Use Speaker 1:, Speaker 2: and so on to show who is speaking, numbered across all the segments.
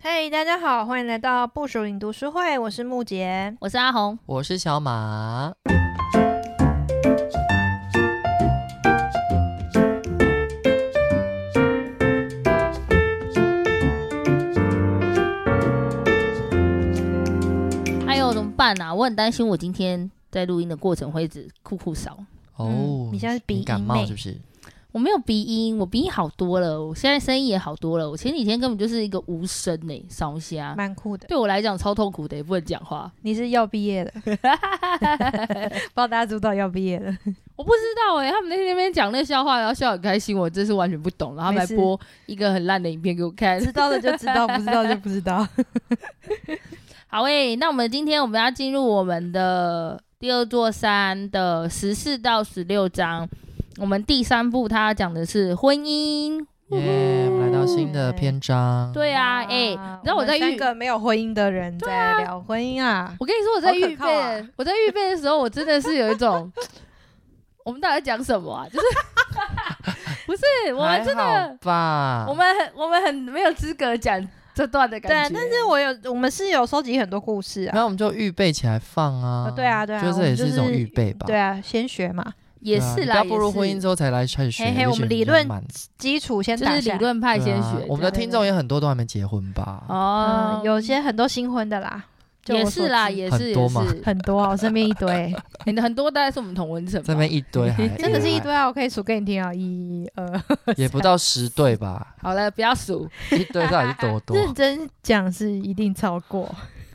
Speaker 1: 嘿、大家好，欢迎来到不属影读书会，我是木杰。
Speaker 2: 我是阿红，
Speaker 3: 我是小马，
Speaker 2: 哎呦怎么办啊？我很担心我今天在录音的过程会一直酷酷少，
Speaker 3: 哦
Speaker 1: 嗯，你现在是鼻音
Speaker 3: 感冒
Speaker 1: 妹
Speaker 3: 是不是？
Speaker 2: 我没有鼻音，我鼻音好多了，我现在声音也好多了。我前几天根本就是一个无声呢、烧虾。
Speaker 1: 蛮酷的。
Speaker 2: 对我来讲超痛苦的，也不能讲话。
Speaker 1: 你是要毕业的，不知道大家知不知道要毕业的？
Speaker 2: 我不知道哎、他们在那边讲那笑话，然后笑得很开心，我真是完全不懂。然后他们
Speaker 1: 没事
Speaker 2: 还播一个很烂的影片给我看。
Speaker 1: 知道的就知道，不知道就不知道。
Speaker 2: 好诶、那我们今天我们要进入我们的第二座山的十四到十六章。我们第三部它讲的是婚姻，
Speaker 3: 耶、我们来到新的篇 章。
Speaker 2: 对啊，哎、你知道我在
Speaker 1: 们三
Speaker 2: 预，
Speaker 1: 个没有婚姻的人在聊婚姻啊，
Speaker 2: 我跟你说我在预
Speaker 1: 好可
Speaker 2: 备，
Speaker 1: 靠啊
Speaker 2: 我在预备的时候，我真的是有一种， 我们到底在讲什么啊？就是 不是我们真
Speaker 3: 还好
Speaker 2: 的，
Speaker 3: 吧？
Speaker 2: 我们很我们很没有资格讲这段的
Speaker 1: 对
Speaker 2: 感
Speaker 1: 啊，
Speaker 2: 觉。
Speaker 1: 但是我有，我们是有收集很多故事啊，
Speaker 3: 没有，我们就预备起来放啊。
Speaker 1: 哦对啊对啊
Speaker 3: 就
Speaker 1: 我
Speaker 3: 这
Speaker 1: 们
Speaker 3: 也是一种
Speaker 1: 就是
Speaker 3: 预备吧。
Speaker 1: 对
Speaker 3: 啊，
Speaker 1: 啊，先学嘛，
Speaker 2: 也是
Speaker 3: 你不
Speaker 2: 啦，
Speaker 3: 要步入
Speaker 2: 也是
Speaker 3: 婚姻之后才来开始学，
Speaker 1: 嘿嘿
Speaker 3: 也许
Speaker 1: 我们理
Speaker 3: 比较
Speaker 1: 论
Speaker 3: 慢
Speaker 1: 基础先
Speaker 2: 就
Speaker 1: 打
Speaker 2: 是理
Speaker 1: 下。
Speaker 2: 论派先
Speaker 3: 对啊
Speaker 2: 学。
Speaker 3: 我们的
Speaker 2: 这样
Speaker 3: 听众也很多都还没结婚吧？
Speaker 2: 哦
Speaker 1: 嗯，，有些很多新婚的啦，就我
Speaker 2: 也
Speaker 1: 所
Speaker 2: 是啦，
Speaker 1: 知
Speaker 2: 也
Speaker 3: 很
Speaker 2: 是
Speaker 3: 多
Speaker 2: 也
Speaker 3: 嘛
Speaker 2: 是，
Speaker 1: 很多啊，我身边一 堆。
Speaker 2: 很很多大概是我们同温层吧。
Speaker 3: 这边一堆还，
Speaker 1: 真的是一堆啊！我可以数给你听啊，一
Speaker 2: 哦
Speaker 1: 二，
Speaker 3: 也不到十 对吧？
Speaker 2: 好了，不要数。
Speaker 3: 一堆到底是多
Speaker 1: 认
Speaker 3: 多？
Speaker 1: 真讲是一定超过。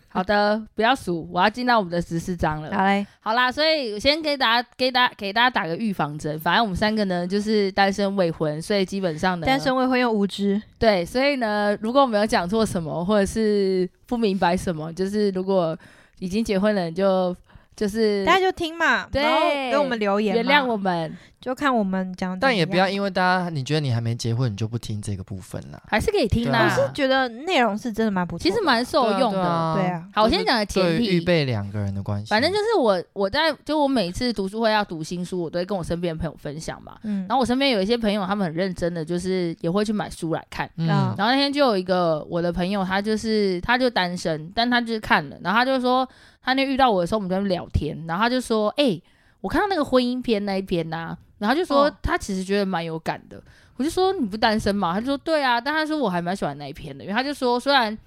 Speaker 2: 好的， 不要数，我要进到我们的十四章了。
Speaker 1: 好嘞，
Speaker 2: 好啦，所以我先给大家、给大家、给大家打个预防针。反正我们三个呢，就是单身未婚，所以基本上呢，
Speaker 1: 单身未婚又无知，
Speaker 2: 对，所以呢，如果我们有讲错什么，或者是不明白什么，就是如果已经结婚了，你就就是
Speaker 1: 大家就听嘛，
Speaker 2: 对
Speaker 1: 然后给我们留言嘛，
Speaker 2: 原谅我们，
Speaker 1: 就看我们讲得怎么样。
Speaker 3: 但也不要因为大家你觉得你还没结婚，你就不听这个部分啦。
Speaker 2: 还是可以听啦。
Speaker 3: 对
Speaker 1: 我
Speaker 3: 啊
Speaker 1: 是觉得内容是真的蛮不错
Speaker 2: 其
Speaker 1: 的，
Speaker 2: 实蛮受用的。
Speaker 1: 对啊
Speaker 2: 好，我
Speaker 3: 就是
Speaker 2: 先讲个前
Speaker 3: 对于
Speaker 2: 提
Speaker 3: 预。备两个人的关系，
Speaker 2: 反正就是我，我在就我每次读书会要读新书，我都会跟我身边的朋友分享嘛。
Speaker 1: 嗯
Speaker 2: 然，后我身边有一些朋友，他们很认真的，就是也会去买书来看。
Speaker 1: 啊
Speaker 3: 嗯，
Speaker 2: 然后那天就有一个我的朋友，他就是他就单身，但他就是看了，然后他就说他那遇到我的时候，我们在那边聊天，然后他就说，哎、我看到那个婚姻篇那一篇呐、然后他就说、
Speaker 1: 哦
Speaker 2: 他其实觉得蛮有感的，我就说你不单身嘛，他就说对啊，但他说我还蛮喜欢那一篇的，因为他就说虽然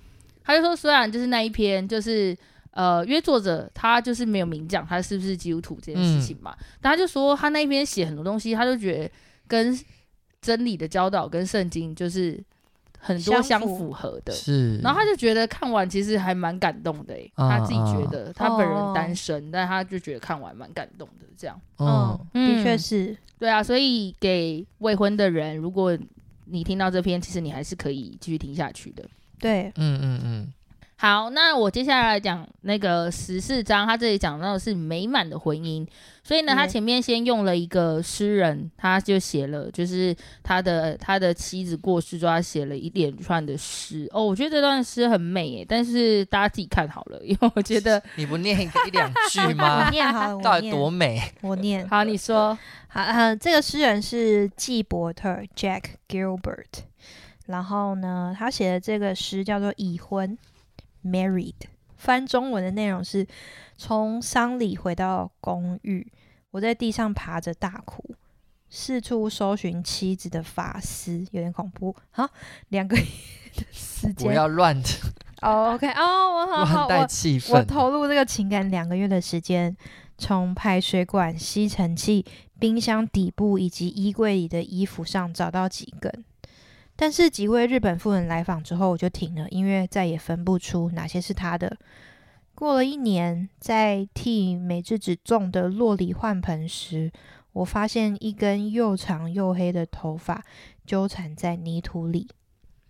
Speaker 2: 他就说虽然就是那一篇就是。呃，因为作者他就是没有明讲他是不是基督徒这件事情嘛，但他就说他那篇写很多东西，他就觉得跟真理的教导跟圣经就是很多
Speaker 1: 相
Speaker 2: 相
Speaker 1: 符
Speaker 2: 符合的。
Speaker 3: 是，
Speaker 2: 然后他就觉得看完其实还蛮感动的、欸，
Speaker 3: 啊
Speaker 2: 他自己觉得他本
Speaker 1: 哦
Speaker 2: 人单身，但他就觉得看完蛮感动的。这样，
Speaker 3: 嗯，
Speaker 1: 的确是，
Speaker 2: 对啊，所以给未婚的人，如果你听到这篇，其实你还是可以继续听下去的。
Speaker 1: 对，
Speaker 3: 嗯嗯嗯，
Speaker 2: 好，那我接下来讲那个十四章，他这里讲到的是美满的婚姻，所以呢，
Speaker 1: 嗯
Speaker 2: 他前面先用了一个诗人，他就写了，就是他的他的妻子过世之后，他写了一连串的诗。哦，我觉得这段诗很美耶，但是大家自己看好了，因为我觉得
Speaker 3: 你不念一个一两句
Speaker 1: 我
Speaker 3: 吗？
Speaker 1: 念好了，我
Speaker 3: 到底多
Speaker 1: 念，
Speaker 3: 美？
Speaker 1: 我念。
Speaker 2: 好，你说
Speaker 1: 好，呃，这个诗人是纪伯特 （Jack Gilbert），然后呢，他写的这个诗叫做《已婚》（Married），翻中文的内容是：从丧礼回到公寓，我在地上爬着大哭，四处搜寻妻子的发丝，有点恐怖。好，两个 月的时
Speaker 3: 不
Speaker 1: 间。
Speaker 3: 要 乱
Speaker 1: 哦、o k 哦，我好好，
Speaker 3: 乱
Speaker 1: 我
Speaker 3: 带气
Speaker 1: 我
Speaker 3: 氛。
Speaker 1: 投入这个情感两个月的时间，从排水管、吸尘器、冰箱底部以及衣柜里的衣服上找到几根。但是几位日本妇人来访之后，我就停了，因为再也分不出哪些是他的。过了一年，在替美智子种的洛里换盆时，我发现一根又长又黑的头发纠缠在泥土里。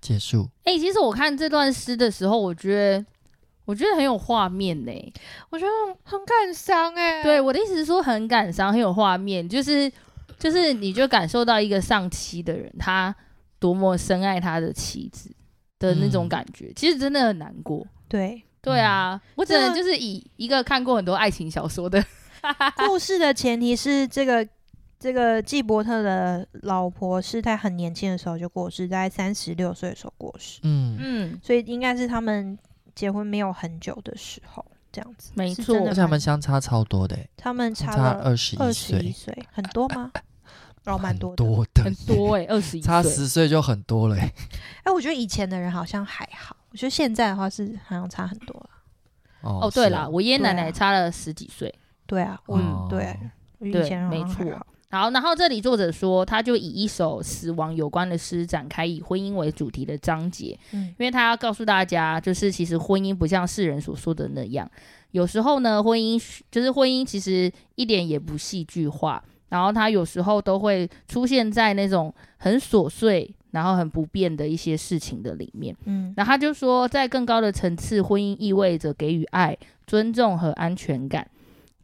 Speaker 3: 结束，
Speaker 2: 哎、其实我看这段诗的时候，我觉得我觉得很有画面呢、
Speaker 1: 我觉得很很感伤哎、
Speaker 2: 对，我的意思是说很感伤，很有画面，就是就是你就感受到一个丧妻的人，他多么深爱他的妻子的那种
Speaker 3: 嗯
Speaker 2: 感觉，其实真的很难过。
Speaker 1: 对，
Speaker 2: 对啊，我只能
Speaker 1: 这
Speaker 2: 就是以一个看过很多爱情小说的，
Speaker 1: 故事的前提是这个这个纪伯特的老婆是在很年轻的时候就过世，在三十六岁的时候过世，
Speaker 3: 嗯，
Speaker 2: 嗯，
Speaker 1: 所以应该是他们结婚没有很久的时候这样子。
Speaker 2: 没
Speaker 1: 是
Speaker 2: 错
Speaker 1: 真的
Speaker 3: 而
Speaker 1: 蛮
Speaker 3: 且他们相差超多的欸，
Speaker 1: 他们差
Speaker 3: 差
Speaker 1: 了
Speaker 3: 二十
Speaker 1: 二
Speaker 3: 一
Speaker 1: 十一
Speaker 3: 岁，
Speaker 1: 岁，很多吗？哦，蛮
Speaker 3: 很
Speaker 1: 多的。
Speaker 3: 多的，
Speaker 2: 很多哎、欸，二十一
Speaker 3: 差
Speaker 2: 岁，
Speaker 3: 十岁就很多了欸。
Speaker 1: 哎、我觉得以前的人好像还好，我觉得现在的话是好像差很多了。
Speaker 3: 哦
Speaker 2: 哦，对
Speaker 3: 是
Speaker 2: 啦，我爷爷
Speaker 1: 对啊
Speaker 2: 奶奶差了十几岁。
Speaker 1: 对啊，我、
Speaker 3: 哦
Speaker 1: 对，我以
Speaker 2: 对
Speaker 1: 前好
Speaker 2: 没
Speaker 1: 像还
Speaker 2: 错
Speaker 1: 好。
Speaker 2: 好，然后这里作者说，他就以一首死亡有关的诗展开以婚姻为主题的章节，
Speaker 1: 嗯
Speaker 2: 因为他要告诉大家，就是其实婚姻不像世人所说的那样，有时候呢，婚姻就是婚姻，其实一点也不戏剧化，然后它有时候都会出现在那种很琐碎，然后很不便的一些事情的里面。
Speaker 1: 嗯
Speaker 2: 那他就说，在更高的层次，婚姻意味着给予爱、尊重和安全感。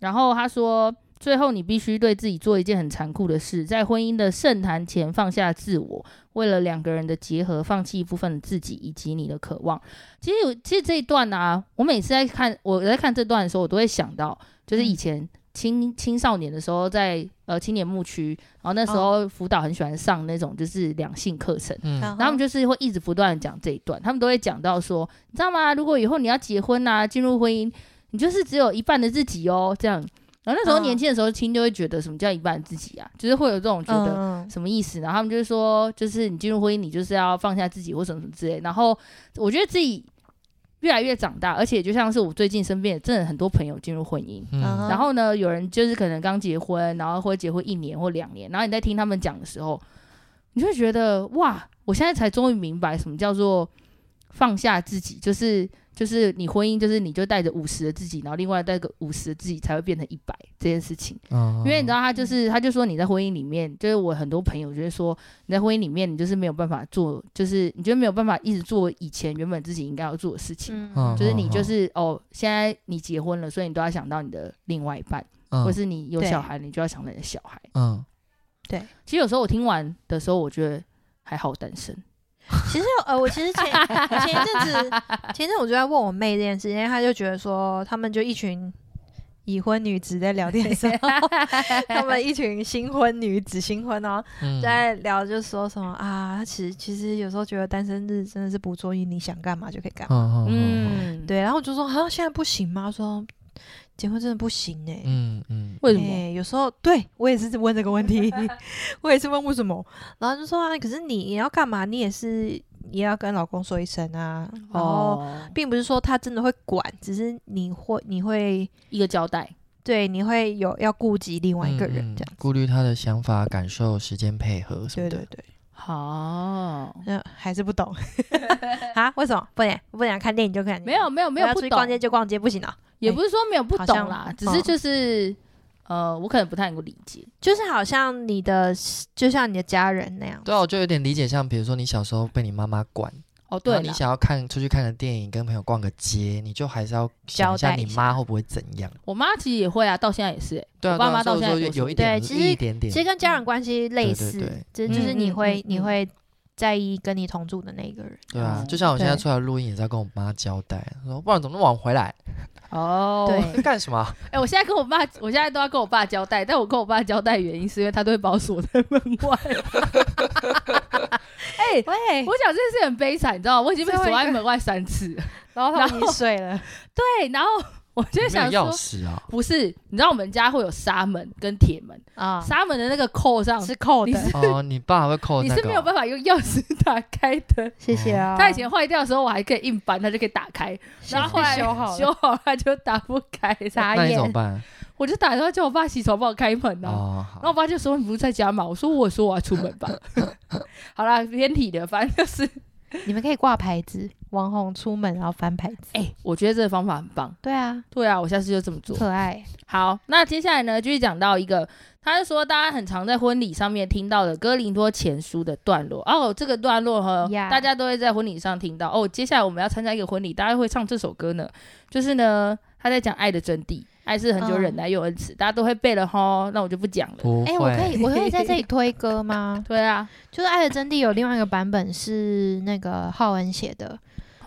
Speaker 2: 然后他说，最后你必须对自己做一件很残酷的事，在婚姻的圣坛前放下自我，为了两个人的结合，放弃一部分的自己以及你的渴望。其实有，其实这一段啊，我每次在看我在看这段的时候，我都会想到，就是以
Speaker 1: 嗯
Speaker 2: 前青青少年的时候在，呃青年牧区，然后那时
Speaker 1: 哦
Speaker 2: 候辅导很喜欢上那种就是两性课程。
Speaker 3: 嗯，
Speaker 2: 然后他们就是会一直不断的讲这一段，他们都会讲到说，你知道吗？如果以后你要结婚啊，进入婚姻，你就是只有一半的自己哦，这样。然后那时候
Speaker 1: 嗯
Speaker 2: 年轻的时候，亲就会觉得什么叫一半的自己啊，就是会有这种觉得
Speaker 1: 嗯
Speaker 2: 什么意思？然后他们就说，就是你进入婚姻，你就是要放下自己或什么什么之类。然后我觉得自己越来越长大，而且就像是我最近身边也真的很多朋友进入婚姻，
Speaker 1: 嗯
Speaker 2: 然后呢，有人就是可能刚结婚，然后或者结婚一年或两年，然后你在听他们讲的时候，你就会觉得哇，我现在才终于明白什么叫做放下自己，就是就是你婚姻就是你就带着五十的自己，然后另外带个五十的自己才会变成一百这件事情。
Speaker 3: 因
Speaker 2: 因为你知道，他就是他就说你在婚姻里面，就是我很多朋友就会说你在婚姻里面，你就是没有办法做，就是你就没有办法一直做以前原本自己应该要做的事情。
Speaker 1: 嗯
Speaker 2: 就是你就是哦，现在你结婚了，所以你都要想到你的另外一半，
Speaker 3: 嗯
Speaker 2: 或是你有
Speaker 1: 对
Speaker 2: 小孩，你就要想到你的小孩。
Speaker 3: 嗯，
Speaker 2: 其实有时候我听完的时候，我觉得还好单身。
Speaker 1: 其实有呃，我其实前前一阵子，前一阵子我就在问我妹这件事，因为她就觉得说，他们就一群已婚女子在聊天的时候，他们一群新婚女子、新婚哦，
Speaker 3: 嗯
Speaker 1: 在聊就说什么啊，其实其实有时候觉得单身日真的是不错，因为你想干嘛就可以干嘛。
Speaker 3: 嗯嗯
Speaker 2: 嗯，，
Speaker 1: 对，然后我就说啊，现在不行吗？她说结婚真的不行哎、
Speaker 3: 嗯嗯
Speaker 2: 为什
Speaker 1: 哎、
Speaker 2: 么？
Speaker 1: 有时候对我也是问这个问题， 我也是问为什么，然后就说啊，可是你也要干嘛？你也是也要跟老公说一声啊。
Speaker 3: 嗯
Speaker 2: 哦
Speaker 1: 然后，
Speaker 3: 哦
Speaker 1: 并不是说他真的会管，只是你会你会
Speaker 2: 一个交代。
Speaker 1: 对你会有要顾及另外一个人
Speaker 3: 嗯嗯
Speaker 1: 这样子。
Speaker 3: 顾虑他的想法、感受、时间配合什
Speaker 1: 对
Speaker 3: 么的
Speaker 1: 对。对，
Speaker 2: 好，
Speaker 1: 那还是不懂 啊？为什么不能不能看电影就看电影？
Speaker 2: 没有没有没
Speaker 1: 要
Speaker 2: 有不
Speaker 1: 出去逛
Speaker 2: 懂
Speaker 1: 街，就逛街，不行啊！
Speaker 2: 也
Speaker 1: 哎
Speaker 2: 不是说没有不
Speaker 1: 好
Speaker 2: 懂
Speaker 1: 像
Speaker 2: 啦，只
Speaker 1: 嗯
Speaker 2: 是就是呃，我可能不太能够理解。
Speaker 1: 就是好像你的，就像你的家人那样。
Speaker 3: 对啊，我就有点理解，像比如说你小时候被你妈妈管，
Speaker 2: 哦，
Speaker 3: 然
Speaker 2: 对
Speaker 3: 后你
Speaker 2: 啦，
Speaker 3: 想要看出去看个电影，跟朋友逛个街，你就还是要想
Speaker 1: 交
Speaker 3: 一
Speaker 1: 代
Speaker 3: 下
Speaker 1: 一
Speaker 3: 你
Speaker 1: 下
Speaker 3: 妈会不会怎样。
Speaker 2: 我妈其实也会啊，到现在也是欸。
Speaker 3: 对啊，
Speaker 2: 我爸
Speaker 3: 对啊
Speaker 2: 妈到
Speaker 3: 所以
Speaker 2: 现在
Speaker 3: 我
Speaker 2: 都
Speaker 3: 说有有
Speaker 2: 是
Speaker 3: 一
Speaker 1: 对
Speaker 3: 点，
Speaker 1: 其
Speaker 3: 一
Speaker 1: 实
Speaker 3: 点
Speaker 1: 其
Speaker 3: 点，
Speaker 1: 实跟家人关系类似，
Speaker 3: 对对
Speaker 1: 就就是
Speaker 2: 嗯
Speaker 1: 你会、
Speaker 2: 嗯嗯
Speaker 1: 你会在意跟你同住的那个人。
Speaker 3: 对啊
Speaker 2: 哦，
Speaker 3: 就像我现在
Speaker 1: 嗯对
Speaker 3: 出来录音也是要跟我妈交代，啊说不然怎么那么晚回来，
Speaker 2: 哦，
Speaker 1: 对
Speaker 3: 在干什么啊？
Speaker 2: 哎、我现在跟我爸，我现在都要跟我爸交代，但我跟我爸交代的原因是因为他都会把我锁在门外。哎、
Speaker 1: 喂
Speaker 2: 我讲这件事很悲惨，你知道吗？我已经被
Speaker 1: 最后
Speaker 2: 锁
Speaker 1: 一个
Speaker 2: 在门外三次 了。
Speaker 1: 然后
Speaker 2: 然
Speaker 1: 他们已经睡了，
Speaker 2: 对，哎然后 我就
Speaker 3: 没有
Speaker 2: 想
Speaker 3: 钥
Speaker 2: 说，
Speaker 3: 匙啊？
Speaker 2: 不是，你知道我们家会有纱门跟铁门，
Speaker 1: 啊，
Speaker 2: 纱、门的那个扣上，
Speaker 1: 是扣
Speaker 2: 你
Speaker 1: 的
Speaker 2: 是，
Speaker 3: 哦，你爸会扣
Speaker 2: 你
Speaker 3: 那
Speaker 2: 是
Speaker 3: 个
Speaker 2: 没有
Speaker 3: 哦？
Speaker 2: 办法用钥匙打开的。
Speaker 1: 谢谢啊。
Speaker 2: 它以前坏掉的时候，我还可以硬扳，它就可以打开。然后后来
Speaker 1: 被修好了
Speaker 2: 修好它就打不开，
Speaker 1: 傻
Speaker 3: 啊那你
Speaker 1: 眼
Speaker 3: 怎么办？
Speaker 2: 我就打电话叫我爸洗手帮我开门啊。
Speaker 3: 哦，
Speaker 2: 然后我
Speaker 3: 好，
Speaker 2: 爸就说：“你不是在家吗？”我说：“我说我要出门吧。”好啦，偏题的，反正就是，
Speaker 1: 你们可以挂牌子，网红出门然后翻牌子。
Speaker 2: 哎、我觉得这个方法很棒。
Speaker 1: 对啊，
Speaker 2: 对啊，我下次就这么做。
Speaker 1: 可爱。
Speaker 2: 好，那接下来呢，继续讲到一个，他是说大家很常在婚礼上面听到的哥林多前书的段落。哦，这个段落哈
Speaker 1: Yeah
Speaker 2: 大家都会在婚礼上听到。哦，接下来我们要参加一个婚礼，大家会唱这首歌呢。就是呢，他在讲爱的真谛，爱是很久忍耐又恩慈，大家都会背了哈。那我就不讲了。？
Speaker 3: 不
Speaker 1: 哎、我可
Speaker 3: 会，
Speaker 1: 以，我可以在 这里推歌吗
Speaker 2: 对啊，
Speaker 1: 就是《爱的真谛》有另外一个版本是那个浩恩写的，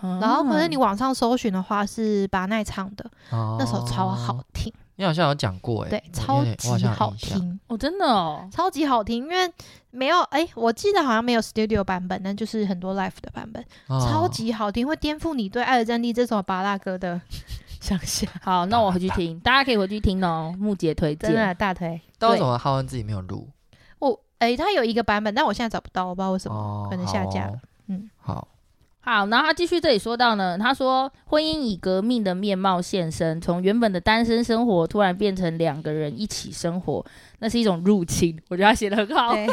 Speaker 2: 哦
Speaker 1: 嗯然后可是你网上搜寻的话是巴奈唱的，
Speaker 3: 那
Speaker 1: 那首超好听。
Speaker 3: 哦你好像有讲过哎、
Speaker 1: 对，
Speaker 3: 我
Speaker 1: 超
Speaker 3: 有点我好
Speaker 1: 级
Speaker 3: 像有
Speaker 1: 好
Speaker 3: 印象。
Speaker 1: 听，
Speaker 2: 哦，真的哦，
Speaker 1: 超级好听，因为没有哎、我记得好像没有 studio 版本，但就是很多 live 的版本，
Speaker 3: 哦
Speaker 1: 超级好听，会颠覆你对《爱的战地》这首巴拉歌的 想象，
Speaker 2: 好，那我回去听，大家可以回去听哦。木姐推
Speaker 1: 真
Speaker 2: 荐，
Speaker 1: 的大腿。
Speaker 3: 但为什么浩恩自己没有录？
Speaker 1: 我哎、它有一个版本，但我现在找不到，我不知道为什么。
Speaker 3: 哦，
Speaker 1: 可能下架
Speaker 3: 好哦
Speaker 1: 了嗯，
Speaker 3: 好，
Speaker 2: 好，然后他继续这里说到呢，他说婚姻以革命的面貌现身，从原本的单身生活突然变成两个人一起生活，那是一种入侵。我觉得他写的很好，
Speaker 1: 对，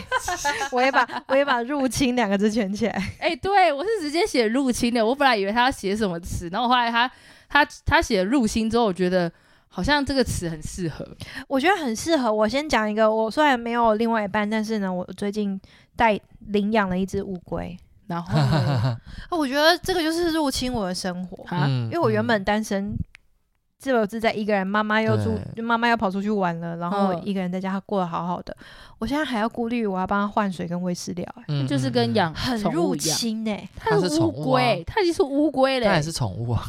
Speaker 1: 我也把 我也把“入侵”两个字圈起来。
Speaker 2: 哎、对我是直接写入侵的，我本来以为他要写什么词，然后后来他他他写入侵之后，我觉得好像这个词很适合。
Speaker 1: 我觉得很适合。我先讲一个，我虽然没有另外一半，但是呢，我最近带领养了一只乌龟。
Speaker 2: 然 后呢
Speaker 1: 啊，我觉得这个就是入侵我的生活，
Speaker 2: 啊，
Speaker 3: 嗯
Speaker 1: 因为我原本单身，自由自在一个人，妈妈又住，
Speaker 3: 对
Speaker 1: 就妈妈要跑出去玩了，然后
Speaker 2: 嗯
Speaker 1: 一个人在家过得好好的。我现在还要顾虑我要帮他换水跟喂饲料、哎
Speaker 3: 嗯
Speaker 2: 就是跟，养
Speaker 1: 很
Speaker 2: 宠物
Speaker 1: 入
Speaker 2: 一样。
Speaker 1: 侵呢、
Speaker 2: 它
Speaker 3: 它是
Speaker 2: 是
Speaker 3: 宠
Speaker 2: 乌
Speaker 3: 物啊
Speaker 2: 龟，它已经是乌龟欸
Speaker 3: 那
Speaker 2: 嘞
Speaker 3: 也。是宠物啊，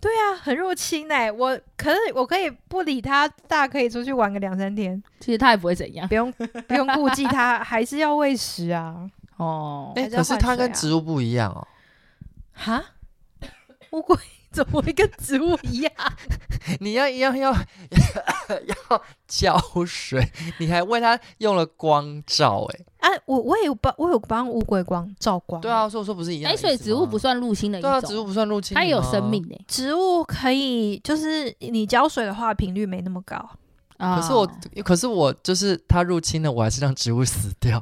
Speaker 1: 对啊，很入侵呢、我可是我可以不理他，大可以出去玩个两三天，
Speaker 2: 其实它也不会怎样
Speaker 1: 不用 不用顾忌他，还是要喂食啊。
Speaker 2: 哦。
Speaker 3: 哎、
Speaker 1: 还在
Speaker 3: 可是
Speaker 1: 换
Speaker 3: 它
Speaker 1: 水
Speaker 3: 跟
Speaker 1: 啊
Speaker 3: 植物不一样 哦。
Speaker 1: 哈， 乌龟怎么会跟植物一样？
Speaker 3: 你要要要要浇水，你还为它用了光照、哎，
Speaker 1: 啊，我我也有帮，我有帮乌龟光照光。
Speaker 3: 对啊，所以我说不是一样
Speaker 2: 哎、
Speaker 3: 的意思
Speaker 2: 所
Speaker 3: 吗。
Speaker 2: 以植物不算入侵的一
Speaker 3: 对
Speaker 2: 种，
Speaker 3: 啊，植物不算入侵，
Speaker 2: 它也有生命。欸呢、
Speaker 1: 植物可以，就是你浇水的话，频率没那么高。
Speaker 2: 啊，
Speaker 3: 可是我，可是我就是它入侵了，我还是让植物死掉。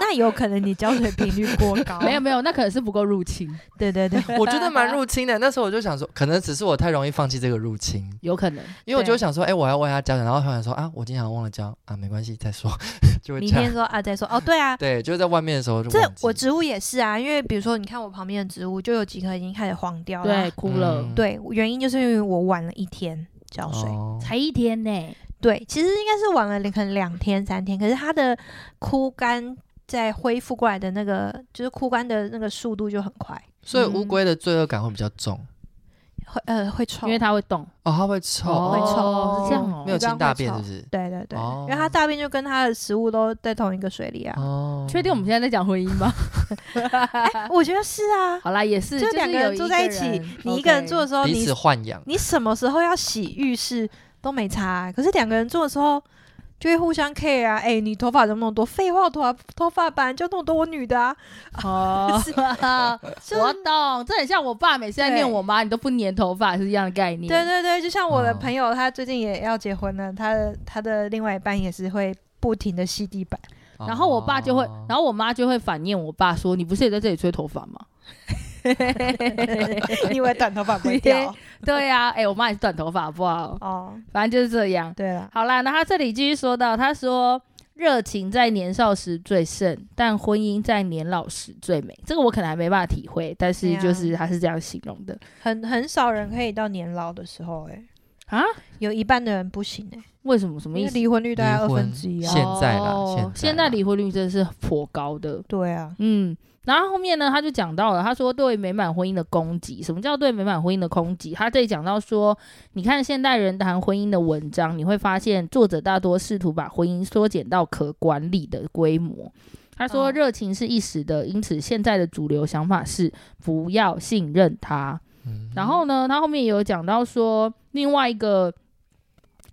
Speaker 1: 那有可能你浇水频率过高。
Speaker 2: 没有，没有，那可能是不够入侵，
Speaker 1: 对对对，
Speaker 3: 我觉得蛮入侵的。那时候我就想说，可能只是我太容易放弃这个入侵，
Speaker 2: 有可能。
Speaker 3: 因为我就
Speaker 1: 对
Speaker 3: 想说，哎、我要为它浇水，然后突然说啊，我今天好像忘了浇啊，没关系，再说， 就会
Speaker 1: 明
Speaker 3: 这
Speaker 1: 天
Speaker 3: 样。
Speaker 1: 说啊，再说哦，对啊。
Speaker 3: 对，就是在外面的时候就
Speaker 1: 这
Speaker 3: 忘记
Speaker 1: 我植物也是啊，因为比如说，你看我旁边的植物，就有几棵已经开始黄掉
Speaker 2: 对
Speaker 1: 了，。
Speaker 2: 哭了，
Speaker 3: 嗯
Speaker 1: 对，原因就是因为我晚了一天浇水。
Speaker 3: 哦
Speaker 2: 才一天呢、
Speaker 1: 对，其实应该是晚了可能两天三天，可是它的枯干在恢复过来的那个，就是枯干的那个速度就很快，
Speaker 3: 所以
Speaker 2: 嗯
Speaker 3: 乌龟的罪恶感会比较重
Speaker 1: 会呃会臭，
Speaker 2: 因为它会动，
Speaker 3: 哦，它会臭，
Speaker 1: 会臭
Speaker 2: 哦是这样哦
Speaker 3: 没有
Speaker 1: 鱼缸
Speaker 3: 清大
Speaker 1: 会
Speaker 3: 便
Speaker 1: 臭
Speaker 3: 是不是？
Speaker 1: 对对对，
Speaker 3: 哦
Speaker 1: 因为它大便就跟它的食物都在同一个水里啊。
Speaker 3: 哦，
Speaker 2: 确定我们现在在讲婚姻吗？
Speaker 1: 我觉得是啊，
Speaker 2: 好啦，也是，
Speaker 1: 就两
Speaker 2: 是
Speaker 1: 个
Speaker 2: 有
Speaker 1: 人
Speaker 2: 一
Speaker 1: 住
Speaker 2: 个
Speaker 1: 在一起，你一个人住的
Speaker 2: 做，
Speaker 1: 时候，
Speaker 3: 哦彼
Speaker 1: 你
Speaker 3: 此豢养，
Speaker 1: 你什么时候要洗浴室都没差啊、可是两个人住的时候。就会互相 care 啊，哎、你头发怎么那么多？废话，我头发头发本来就那么多，我女的啊，
Speaker 2: 哦，
Speaker 1: 是就是
Speaker 2: 我懂，这很像我爸每次在念我妈，你都不粘头发是一样的概念。
Speaker 1: 对对对，就像我的
Speaker 3: 哦
Speaker 1: 朋友，他最近也要结婚了，他的他的另外一半也是会不停的吸地 板，
Speaker 2: 然后我爸就会，
Speaker 3: 哦
Speaker 2: 然后我妈就会反念我爸说：“你不是也在这里吹头发吗
Speaker 1: 因为短头发不会
Speaker 2: 对？”
Speaker 1: 啊
Speaker 2: 对呀、哎、我妈也是短头发，好不好？
Speaker 1: 哦，
Speaker 2: 反正就是这样。
Speaker 1: 对了，
Speaker 2: 好啦，那他这里继续说到，他说热情在年少时最盛，但婚姻在年老时最美。这个我可能还没办法体会，
Speaker 1: 对
Speaker 2: 但是
Speaker 1: 啊
Speaker 2: 就是他是这样形容的
Speaker 1: 很很少人可以到年老的时候、欸，哎，
Speaker 2: 啊？
Speaker 1: 有一半的人不行哎、
Speaker 2: 为什么？什
Speaker 1: 因
Speaker 2: 么
Speaker 1: 为
Speaker 2: 意思？
Speaker 1: 离婚率大概
Speaker 3: 离
Speaker 1: 二分
Speaker 3: 婚
Speaker 1: 之一啊
Speaker 3: 现。在啦
Speaker 2: 哦
Speaker 3: 现在啦
Speaker 2: 现在离婚率真的是颇高的。
Speaker 1: 对啊，
Speaker 2: 嗯，然后后面呢，他就讲到了，他说对美满婚姻的攻击，什么叫对美满婚姻的攻击？他这里讲到说，你看现代人谈婚姻的文章，你会发现作者大多试图把婚姻缩减到可管理的规模。他说
Speaker 1: 哦
Speaker 2: 热情是一时的，因此现在的主流想法是不要信任他。
Speaker 3: 嗯
Speaker 2: 然后呢，他后面也有讲到说另外一个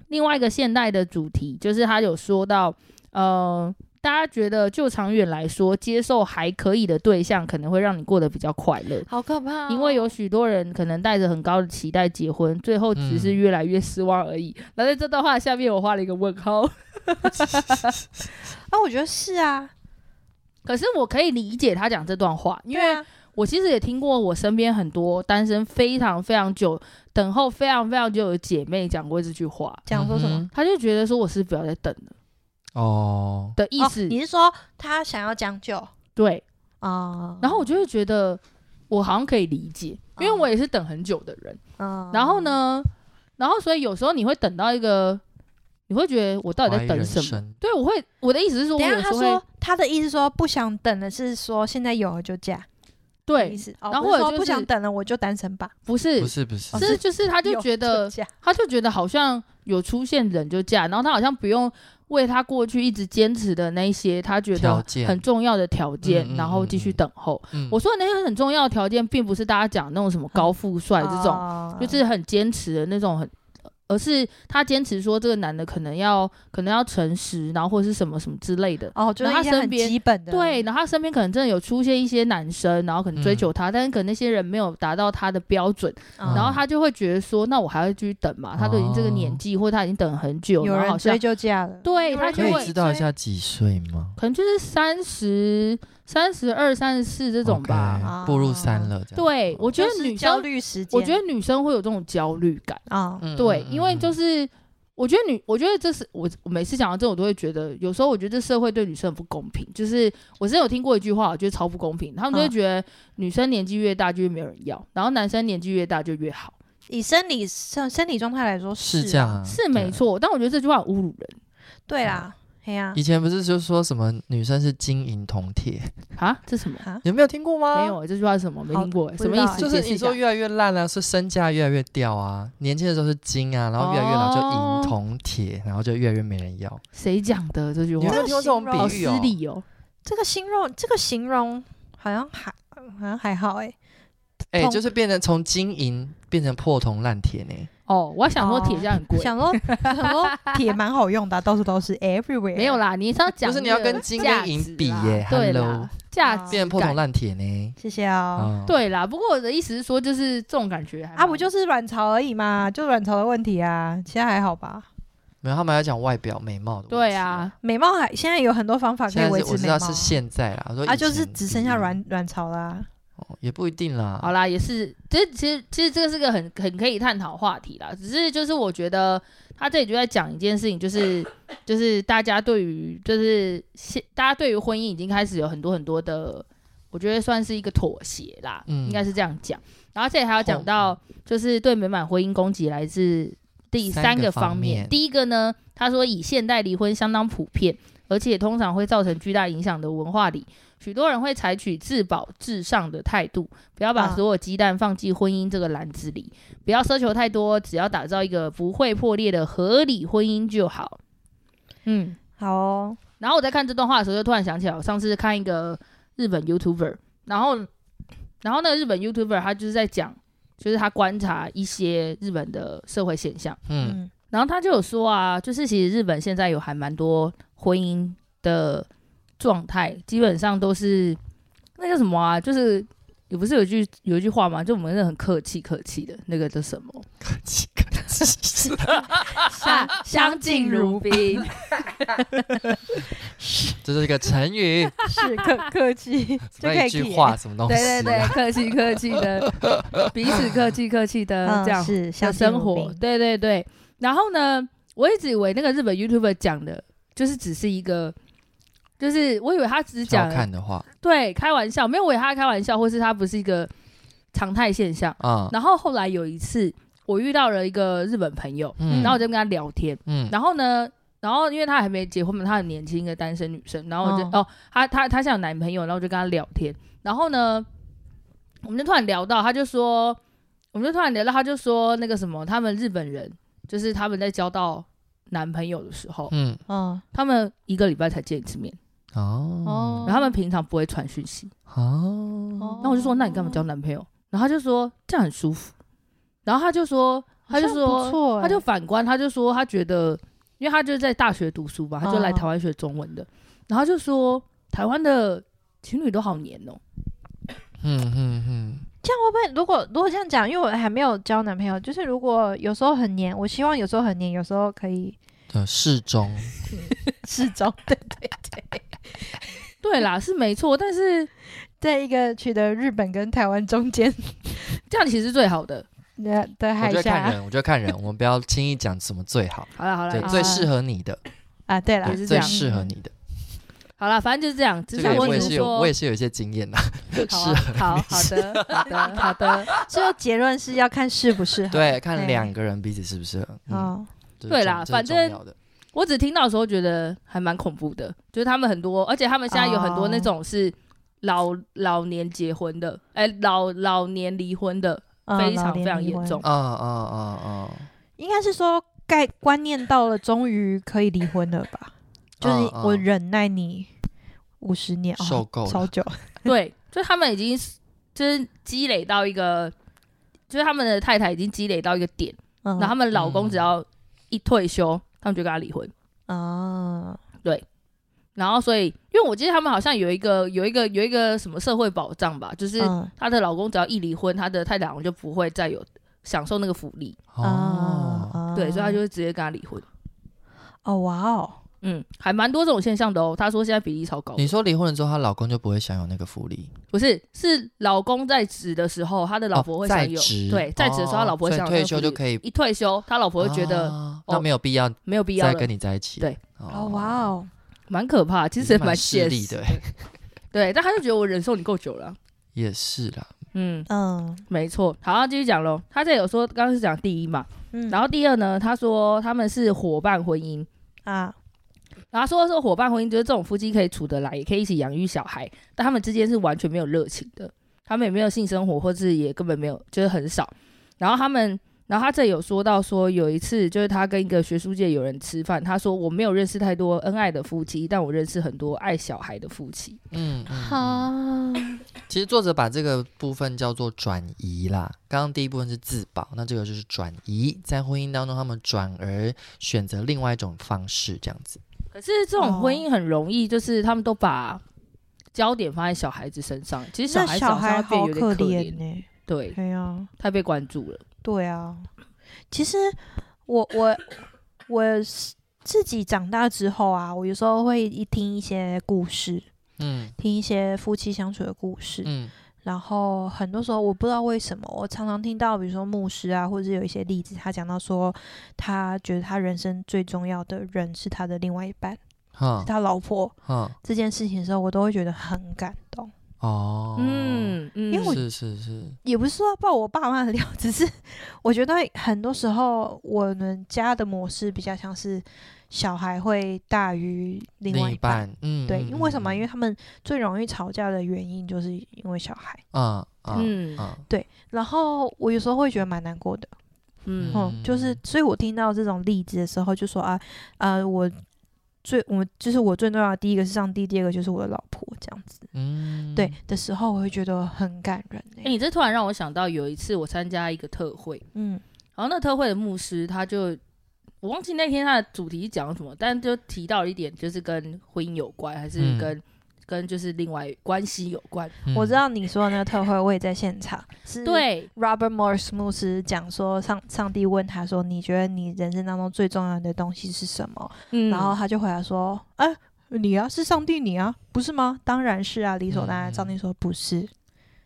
Speaker 2: 另外一个现代的主题，就是他有说到，呃，大家觉得就长远来说，接受还可以的对象，可能会让你过得比较快乐。
Speaker 1: 好可怕、
Speaker 2: 因为有许多人可能带着很高的期待结婚，最后只是
Speaker 3: 嗯
Speaker 2: 越来越失望而已。那、在这段话下面，我画了一个问号。
Speaker 1: 啊，我觉得是啊，
Speaker 2: 可是我可以理解他讲这段话，因
Speaker 1: 对
Speaker 2: 为
Speaker 1: 啊
Speaker 2: 我其实也听过我身边很多单身非常非常久、等候非常非常久的姐妹讲过这句话。
Speaker 1: 讲说什么、哦
Speaker 3: 嗯
Speaker 2: 他就觉得说我是不要再等了
Speaker 3: 哼哦，
Speaker 2: 的意
Speaker 1: 哦
Speaker 2: 思，
Speaker 1: 你是说他想要将就啊、
Speaker 2: 对。
Speaker 1: 哦
Speaker 2: 然后我就会觉得我好像可以理解，因为我也是等很久的人。
Speaker 1: 嗯
Speaker 2: 然后？呢，然后所以有时候你会等到一个，你会觉得我到底
Speaker 3: 怀
Speaker 2: 在
Speaker 3: 疑
Speaker 2: 等
Speaker 3: 人
Speaker 2: 什么？
Speaker 3: 生？
Speaker 2: 对，我会我的意思是说，
Speaker 1: 等
Speaker 2: 我
Speaker 1: 一下
Speaker 2: 有时
Speaker 1: 他
Speaker 2: 候会
Speaker 1: 说他的意思说不想等的是说现在有了就嫁，的
Speaker 2: 对
Speaker 1: 意，思。哦
Speaker 2: 然后
Speaker 1: 不是
Speaker 2: 或者
Speaker 1: 说
Speaker 2: 就
Speaker 1: 不想
Speaker 2: 是
Speaker 1: 等了，我就单身吧。
Speaker 2: 不是
Speaker 3: 不，是不是
Speaker 1: 哦，
Speaker 2: 是就是他就
Speaker 1: 有
Speaker 2: 觉得
Speaker 1: 嫁
Speaker 2: 他就觉得好像有出现人就嫁，然后他好像不用为他过去一直坚持的那一些他觉
Speaker 3: 条
Speaker 2: 得
Speaker 3: 件
Speaker 2: 很重要的条件，
Speaker 3: 嗯嗯
Speaker 2: 然后继续
Speaker 3: 嗯嗯
Speaker 2: 等候。
Speaker 3: 嗯
Speaker 2: 我说的那些很重要的条件，并不是大家讲那种什么高富帅这种，
Speaker 3: 嗯
Speaker 1: 哦
Speaker 2: 就是很坚持的那种很。呃而是他坚持说这个男的可能要可能要诚实，然后或者是什么什么之类的。
Speaker 1: 哦，就是
Speaker 2: 然后
Speaker 1: 一
Speaker 2: 他
Speaker 1: 些
Speaker 2: 身
Speaker 1: 很
Speaker 2: 边
Speaker 1: 基本的
Speaker 2: 对，然后他身边可能真的有出现一些男生，然后可能
Speaker 3: 嗯
Speaker 2: 追求他，但是可能那些人没有达到他的标准，
Speaker 1: 嗯哦
Speaker 2: 然后他就会觉得说，那我还要继续等嘛？他都已经这个年纪，或者他已经等很久，
Speaker 1: 有
Speaker 2: 然后
Speaker 1: 人
Speaker 2: 好像
Speaker 1: 追就嫁了，
Speaker 2: 对
Speaker 1: 有
Speaker 2: 他
Speaker 1: 人
Speaker 2: 就
Speaker 3: 可
Speaker 1: 追
Speaker 2: 会
Speaker 3: 以知道一下几岁吗？
Speaker 2: 可能就是三十三、十二、三十四这
Speaker 3: 这
Speaker 2: 种吧。
Speaker 3: 步入三了
Speaker 2: 啊
Speaker 3: 这样。
Speaker 2: 对，我觉
Speaker 1: 就
Speaker 2: 得
Speaker 1: 是
Speaker 2: 女
Speaker 1: 焦
Speaker 2: 生，
Speaker 1: 虑时间，
Speaker 2: 我觉得女生会有这种焦虑感。
Speaker 1: 啊，
Speaker 3: 嗯，
Speaker 2: 对，
Speaker 3: 嗯
Speaker 2: 因为就
Speaker 3: 嗯
Speaker 2: 是我觉得女，我觉得这是我我每次讲到这，我都会觉得有时候我觉得这社会对女生很不公平。就是我之前有听过一句话，我觉得超不公平，他们都会
Speaker 1: 嗯
Speaker 2: 觉得女生年纪越大就越没有人要，然后男生年纪越大就越好，
Speaker 1: 以生理上身体状态来说
Speaker 3: 是
Speaker 1: 啊
Speaker 3: 这样，啊，
Speaker 2: 是
Speaker 3: 对
Speaker 2: 没。错。啊但我觉得这句话很侮辱人
Speaker 1: 对啦，嘿呀
Speaker 3: 以前不是就说什么女生是金银铜铁，
Speaker 2: 啊，这什么？
Speaker 1: 啊，
Speaker 3: 你没有听过吗？
Speaker 2: 没有、欸，这句话是什么？没
Speaker 1: 好
Speaker 2: 听过、欸，
Speaker 1: 不
Speaker 2: 什么
Speaker 1: 知
Speaker 2: 意
Speaker 1: 道
Speaker 2: 思？
Speaker 1: 欸
Speaker 3: 就是
Speaker 2: 解释
Speaker 3: 你
Speaker 2: 一
Speaker 3: 说
Speaker 2: 下
Speaker 3: 越来越烂啊，是身价越来越掉啊。年轻的时候是金啊，然后越来越老就
Speaker 2: 哦
Speaker 3: 银铜铁，然后就越来越没人要。
Speaker 2: 谁讲的这句
Speaker 3: 你有
Speaker 2: 话
Speaker 3: 没？有听过这种
Speaker 2: 好
Speaker 3: 比喻
Speaker 2: 失
Speaker 3: 哦？
Speaker 2: 礼哦！
Speaker 1: 这个形容这个形容好像还好像还好哎，
Speaker 3: 哎、
Speaker 1: 铜
Speaker 3: 就是变成从金银变成破铜烂铁呢。
Speaker 2: 哦，我还想说
Speaker 1: 哦
Speaker 2: 铁匠很贵，
Speaker 1: 想说想说铁蛮好用的啊，到处都是 everywhere，
Speaker 2: 没有啦，你是要讲
Speaker 3: 就是你
Speaker 2: 那
Speaker 3: 要
Speaker 2: 个
Speaker 3: 跟金
Speaker 2: 价
Speaker 3: 跟银
Speaker 2: 值
Speaker 3: 比
Speaker 2: 啦
Speaker 3: 耶
Speaker 2: 对
Speaker 3: hello
Speaker 2: 啦，价
Speaker 1: 哦
Speaker 2: 值
Speaker 3: 变成破
Speaker 2: 感
Speaker 3: 铜烂铁呢。
Speaker 1: 谢谢啊。
Speaker 3: 啊，
Speaker 2: 对啦，不过我的意思是说，就是这种感觉还
Speaker 1: 啊，
Speaker 2: 蛮
Speaker 1: 不就是卵巢而已嘛，就卵巢的问题啊，其他还好吧？
Speaker 3: 没有他们要讲外表美貌的。
Speaker 2: 对，啊，
Speaker 1: 美貌还现在有很多方法可
Speaker 3: 现
Speaker 1: 以
Speaker 3: 在
Speaker 1: 维
Speaker 3: 是
Speaker 1: 持
Speaker 3: 我知
Speaker 1: 美
Speaker 3: 道
Speaker 1: 貌
Speaker 3: 是现在啦，我说
Speaker 1: 啊，
Speaker 3: 以
Speaker 1: 就是
Speaker 3: 前
Speaker 1: 只
Speaker 3: 比
Speaker 1: 剩下
Speaker 3: 喻
Speaker 1: 卵卵巢啦。
Speaker 3: 哦也不一定啦。
Speaker 2: 好啦，也是，其实其实其实这个是个很很可以探讨话题啦。只是就是我觉得他这里就在讲一件事情，就是就是大家对于就是现大家对于婚姻已经开始有很多很多的，我觉得算是一个妥协啦，
Speaker 3: 嗯哦
Speaker 2: 应该是这样讲。然后这里还要讲
Speaker 3: 后
Speaker 2: 到，就是对美满婚姻攻击来自第
Speaker 3: 三
Speaker 2: 三
Speaker 3: 个
Speaker 2: 个
Speaker 3: 方
Speaker 2: 方面。
Speaker 3: 面
Speaker 2: 第一个呢，他说以现代离婚相当普遍，而且通常会造成巨大影响的文化里，许多人会采取自保至上的态度，不要把
Speaker 1: 啊
Speaker 2: 所有鸡蛋放进婚姻这个篮子里，不要奢求太多，只要打造一个不会破裂的合理婚姻就好。嗯，
Speaker 1: 好哦，
Speaker 2: 然后我在看这段话的时候，就突然想起来，我上次看一个日本 YouTuber，然后，然后那个日本 YouTuber 他就是在讲，就是他观察一些日本的社会现象，
Speaker 3: 嗯，
Speaker 1: 嗯，
Speaker 2: 然后他就有说啊，就是其实日本现在有还蛮多婚姻的状态，基本上都是那叫什么啊，就是也不是有一句有一句话嘛，就我们是很客气客气的那个叫什么？
Speaker 3: 几个
Speaker 1: 相相敬如
Speaker 2: 宾。
Speaker 3: 这是一个成语，
Speaker 1: 是客客气就可
Speaker 3: 那
Speaker 1: 以
Speaker 3: 一句
Speaker 1: 撇
Speaker 3: 话什么东西？
Speaker 2: 对对对，，客气客气的，彼此客气客气的、
Speaker 1: 嗯
Speaker 2: 这样
Speaker 1: 是相
Speaker 2: 的
Speaker 1: 敬
Speaker 2: 生
Speaker 1: 如
Speaker 2: 活。
Speaker 1: 宾
Speaker 2: 对对对。然后呢，我一直以为那个日本 YouTuber 讲的，就是只是一个，就是我以为他只是
Speaker 3: 好
Speaker 2: 讲
Speaker 3: 看的话
Speaker 2: 对开玩笑，没有我以为他在开玩笑，或是他不是一个常态现象。
Speaker 3: 啊，
Speaker 2: 然后后来有一次，我遇到了一个日本朋友，
Speaker 3: 嗯
Speaker 2: 然后我就跟他聊天。
Speaker 3: 嗯，
Speaker 2: 然后呢，然后因为她还没结婚嘛，她很年轻，一个单身女生。然后我就哦，她她她现在有男朋友，然后我就跟她聊天。然后呢，我们就突然聊到，她就说，我们就突然聊到，她就说那个什么，他们日本人就是他们在交到男朋友的时候，
Speaker 3: 嗯
Speaker 1: 嗯
Speaker 2: 他们一个礼拜才见一次面，
Speaker 3: 哦
Speaker 2: 然后他们平常不会传讯息。
Speaker 3: 哦，
Speaker 2: 然后我就说，那你干
Speaker 1: 哦
Speaker 2: 嘛交男朋友？然后她就说这样很舒服。然后她就说，她就
Speaker 1: 好像
Speaker 2: 说
Speaker 1: 不错欸，
Speaker 2: 他就反观，他就说他觉得，因为他就是在大学读书吧，他就来
Speaker 1: 嗯
Speaker 2: 台湾学中文的，然后他就说台湾的情侣都好黏哦、
Speaker 3: 嗯嗯嗯，
Speaker 1: 这样会不会？如果如果这样讲，因为我还没有交男朋友，就是如果有时候很黏，我希望有时候很黏，有时候可 以
Speaker 3: 对，适中，
Speaker 1: 适中，对对对，
Speaker 2: 对啦，是没错，但是
Speaker 1: 在一个取得日本跟台湾中间
Speaker 2: 这样其实是最好的。
Speaker 1: 的的
Speaker 3: 我
Speaker 1: 海
Speaker 3: 觉得看
Speaker 1: 峡
Speaker 3: 人，我觉得看人，我们不要轻易讲什么最好，
Speaker 2: 好啦好啦
Speaker 3: 对，
Speaker 2: 也
Speaker 3: 最
Speaker 1: 啊
Speaker 3: 适合你的，
Speaker 1: 啊，对啦
Speaker 2: 也，
Speaker 3: 对
Speaker 2: 是这
Speaker 3: 最
Speaker 2: 样
Speaker 3: 适合你的，
Speaker 2: 好啦，反正就是这样。只
Speaker 3: 这
Speaker 2: 是
Speaker 3: 个
Speaker 2: 我
Speaker 3: 我也
Speaker 2: 只
Speaker 3: 是有，
Speaker 2: 说
Speaker 3: 我也，是有一些经验的，
Speaker 2: 好啊好好的好的好的，
Speaker 1: 最后结论是要看适不适合。
Speaker 3: 对，看
Speaker 1: 对
Speaker 3: 两个人彼此适不适合，嗯，
Speaker 1: 哦，
Speaker 3: 这是
Speaker 2: 对
Speaker 3: 重
Speaker 2: 啦
Speaker 3: 这是
Speaker 2: 反
Speaker 3: 重
Speaker 2: 正
Speaker 3: 要的
Speaker 2: 我只听到的时候觉得还蛮恐怖的，就是他们很多，而且他们现在有很多那种是老老年结婚的，哎、老老年离 婚的，
Speaker 1: 嗯
Speaker 2: 非常
Speaker 1: 老年
Speaker 2: 非常
Speaker 1: 离
Speaker 2: 严
Speaker 1: 婚
Speaker 2: 重
Speaker 3: 啊啊啊啊！
Speaker 1: 应该是说概观念到了，终于可以离婚了吧？就是
Speaker 3: 嗯
Speaker 1: 我
Speaker 3: 嗯
Speaker 1: 忍耐你五十年，哦
Speaker 3: 受够了
Speaker 1: 超久，
Speaker 2: 对，就他们已经是就是积累到一个，就是他们的太太已经积累到一个点，
Speaker 1: 嗯
Speaker 2: 然后他们老公只要一退休，他们就跟他离婚。
Speaker 1: 啊，
Speaker 2: 然后所以，因为我记得他们好像有一个有一个有一个什么社会保障吧，就是
Speaker 1: 嗯
Speaker 2: 她的老公只要一离婚，她的太太好像就不会再有享受那个福利，
Speaker 1: 啊
Speaker 3: 哦，，
Speaker 2: 对，所以她
Speaker 1: 啊
Speaker 2: 就会直接跟他离婚。
Speaker 1: 哦哇哦，
Speaker 2: 嗯，还蛮多这种现象的哦。她说现在比例超高的，
Speaker 3: 你说离婚了之后，她老公就不会享有那个福利，
Speaker 2: 不是是老公在职的时候，他的老婆
Speaker 3: 哦
Speaker 2: 会
Speaker 3: 在
Speaker 2: 享有，
Speaker 3: 职，
Speaker 2: 对，在职的时候，他
Speaker 3: 哦
Speaker 2: 老婆会
Speaker 3: 所以
Speaker 2: 享有那
Speaker 3: 退
Speaker 2: 个
Speaker 3: 休
Speaker 2: 福
Speaker 3: 就
Speaker 2: 利
Speaker 3: 可以，
Speaker 2: 一退休，他老婆就觉得
Speaker 3: 啊
Speaker 2: 哦
Speaker 3: 那没有必要
Speaker 2: 没有必要
Speaker 3: 再
Speaker 2: 了
Speaker 3: 跟，你在一起，
Speaker 2: 对，
Speaker 1: 哦哇哦，
Speaker 2: 蛮可怕，其
Speaker 3: 也
Speaker 2: 实也
Speaker 3: 是
Speaker 2: 蛮
Speaker 3: 蛮势
Speaker 2: 现
Speaker 3: 利
Speaker 2: 实
Speaker 3: 的，
Speaker 2: 对，但他就觉得我忍受你够久了 啊，
Speaker 3: 也是啦，
Speaker 2: 嗯，
Speaker 1: 嗯
Speaker 2: 没错。好，那继续讲喽。他这有说，刚刚是讲第一嘛，
Speaker 1: 嗯，
Speaker 2: 然后第二呢，他说他们是伙伴婚姻，
Speaker 1: 啊，
Speaker 2: 然后说说伙伴婚姻，就是这种夫妻可以处得来，也可以一起养育小孩，但他们之间是完全没有热情的，他们也没有性生活，或是也根本没有，就是很少。然后他们，然后他这里有说到说有一次，就是他跟一个学术界友人吃饭，他说我没有认识太多恩爱的夫妻，但我认识很多爱小孩的夫妻。
Speaker 3: 嗯，嗯嗯
Speaker 1: 好，
Speaker 3: 其实作者把这个部分叫做转移啦。刚刚第一部分是自保，那这个就是转移，在婚姻当中，他们转而选择另外一种方式，这样子。
Speaker 2: 可是这种婚
Speaker 1: 哦
Speaker 2: 姻很容易，就是他们都把焦点放在小孩子身上，其实小
Speaker 1: 那
Speaker 2: 孩子
Speaker 1: 小
Speaker 2: 好像
Speaker 1: 孩
Speaker 2: 会变
Speaker 1: 好
Speaker 2: 得有点可
Speaker 1: 怜
Speaker 2: 怜，
Speaker 1: 呢，
Speaker 2: 对，
Speaker 1: 对呀，
Speaker 2: 太被关注了。
Speaker 1: 对啊，其实我我我是自己长大之后啊，我有时候会一听一些故事，
Speaker 3: 嗯
Speaker 1: 听一些夫妻相处的故事，
Speaker 3: 嗯
Speaker 1: 然后很多时候我不知道为什么，我常常听到，比如说牧师啊，或者是有一些例子，他讲到说，他觉得他人生最重要的人是他的另外一半，
Speaker 3: 哈
Speaker 1: 是他老婆
Speaker 3: 哈
Speaker 1: 这件事情的时候，我都会觉得很感动。
Speaker 3: 哦，，
Speaker 2: 嗯嗯，
Speaker 1: 因为我
Speaker 3: 是是是，
Speaker 1: 也不是说要爆我爸妈的料，只是 我觉得很多时候我们家的模式比较像是小孩会大于另外
Speaker 3: 一
Speaker 1: 半。
Speaker 3: 半，嗯，
Speaker 1: 对，
Speaker 3: 嗯
Speaker 1: 因为为什么？因为
Speaker 3: 嗯
Speaker 1: 他们最容易吵架的原因就是因为小孩。
Speaker 3: 嗯
Speaker 1: 啊
Speaker 3: 嗯
Speaker 2: 嗯
Speaker 3: 嗯，
Speaker 1: 然后我有时候会觉得蛮难过的，
Speaker 2: 嗯
Speaker 1: 嗯，就是所以我听到这种例子的时候，就说啊，呃，我最我就是我最重要的第一个是上帝，第二个就是我的老婆这样子。
Speaker 3: 嗯，
Speaker 1: 对的时候，我会觉得很感人、欸。
Speaker 2: 哎、你这突然让我想到有一次我参加一个特会，
Speaker 1: 嗯
Speaker 2: 然后那特会的牧师他就我忘记那天他的主题是讲什么，但就提到了一点，就是跟婚姻有关，还是
Speaker 3: 嗯
Speaker 2: 跟、跟就是另外关系有关。
Speaker 3: 嗯，
Speaker 1: 我知道你说的那个特会，我也在现场。是
Speaker 2: 对，
Speaker 1: Robert Morris 牧师讲说，上上帝问他说：“你觉得你人生当中最重要的东西是什么？”
Speaker 2: 嗯
Speaker 1: 然后他就回答说：“哎、你啊，是上帝你啊，不是吗？当然是啊，理所当然。
Speaker 3: 嗯嗯
Speaker 1: 上帝说：“不是，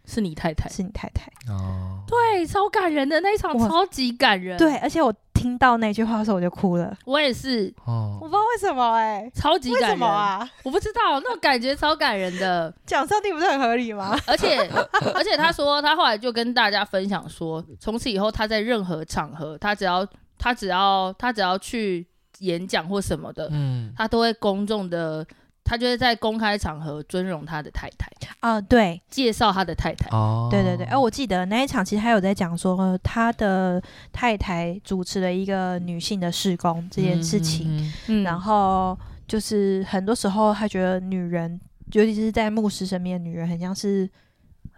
Speaker 2: 是你太太，
Speaker 1: 是你太太。
Speaker 3: 哦，
Speaker 2: 对，超感人的那一场，
Speaker 1: 哇
Speaker 2: 超级感人。
Speaker 1: 对，，而且我听到那句话的时候，我就哭了。
Speaker 2: 我也是
Speaker 1: 我不
Speaker 3: 哦，
Speaker 1: 知道为什么哎、
Speaker 2: 超级
Speaker 1: 为
Speaker 2: 感
Speaker 1: 什
Speaker 2: 人，
Speaker 1: 么啊？
Speaker 2: 我不知道那种感觉超感人的。
Speaker 1: 讲上帝不是很合理吗？
Speaker 2: 而且 而且他说，他后来就跟大家分享说，从此以后他在任何场合，他只要他只要他只要去演讲或什么的，
Speaker 3: 嗯，
Speaker 2: 他都会公众的，他就会在公开场合尊荣他的太太，
Speaker 1: 啊，对，
Speaker 2: 介绍他的太太。
Speaker 3: 哦，
Speaker 1: 对对对，哎、我记得那一场其实还有在讲说、呃他的太太主持了一个女性的事工这件事情，
Speaker 3: 嗯，嗯嗯
Speaker 2: 嗯
Speaker 1: 然后就是很多时候他觉得女人，尤其是在牧师身边的女人，很像是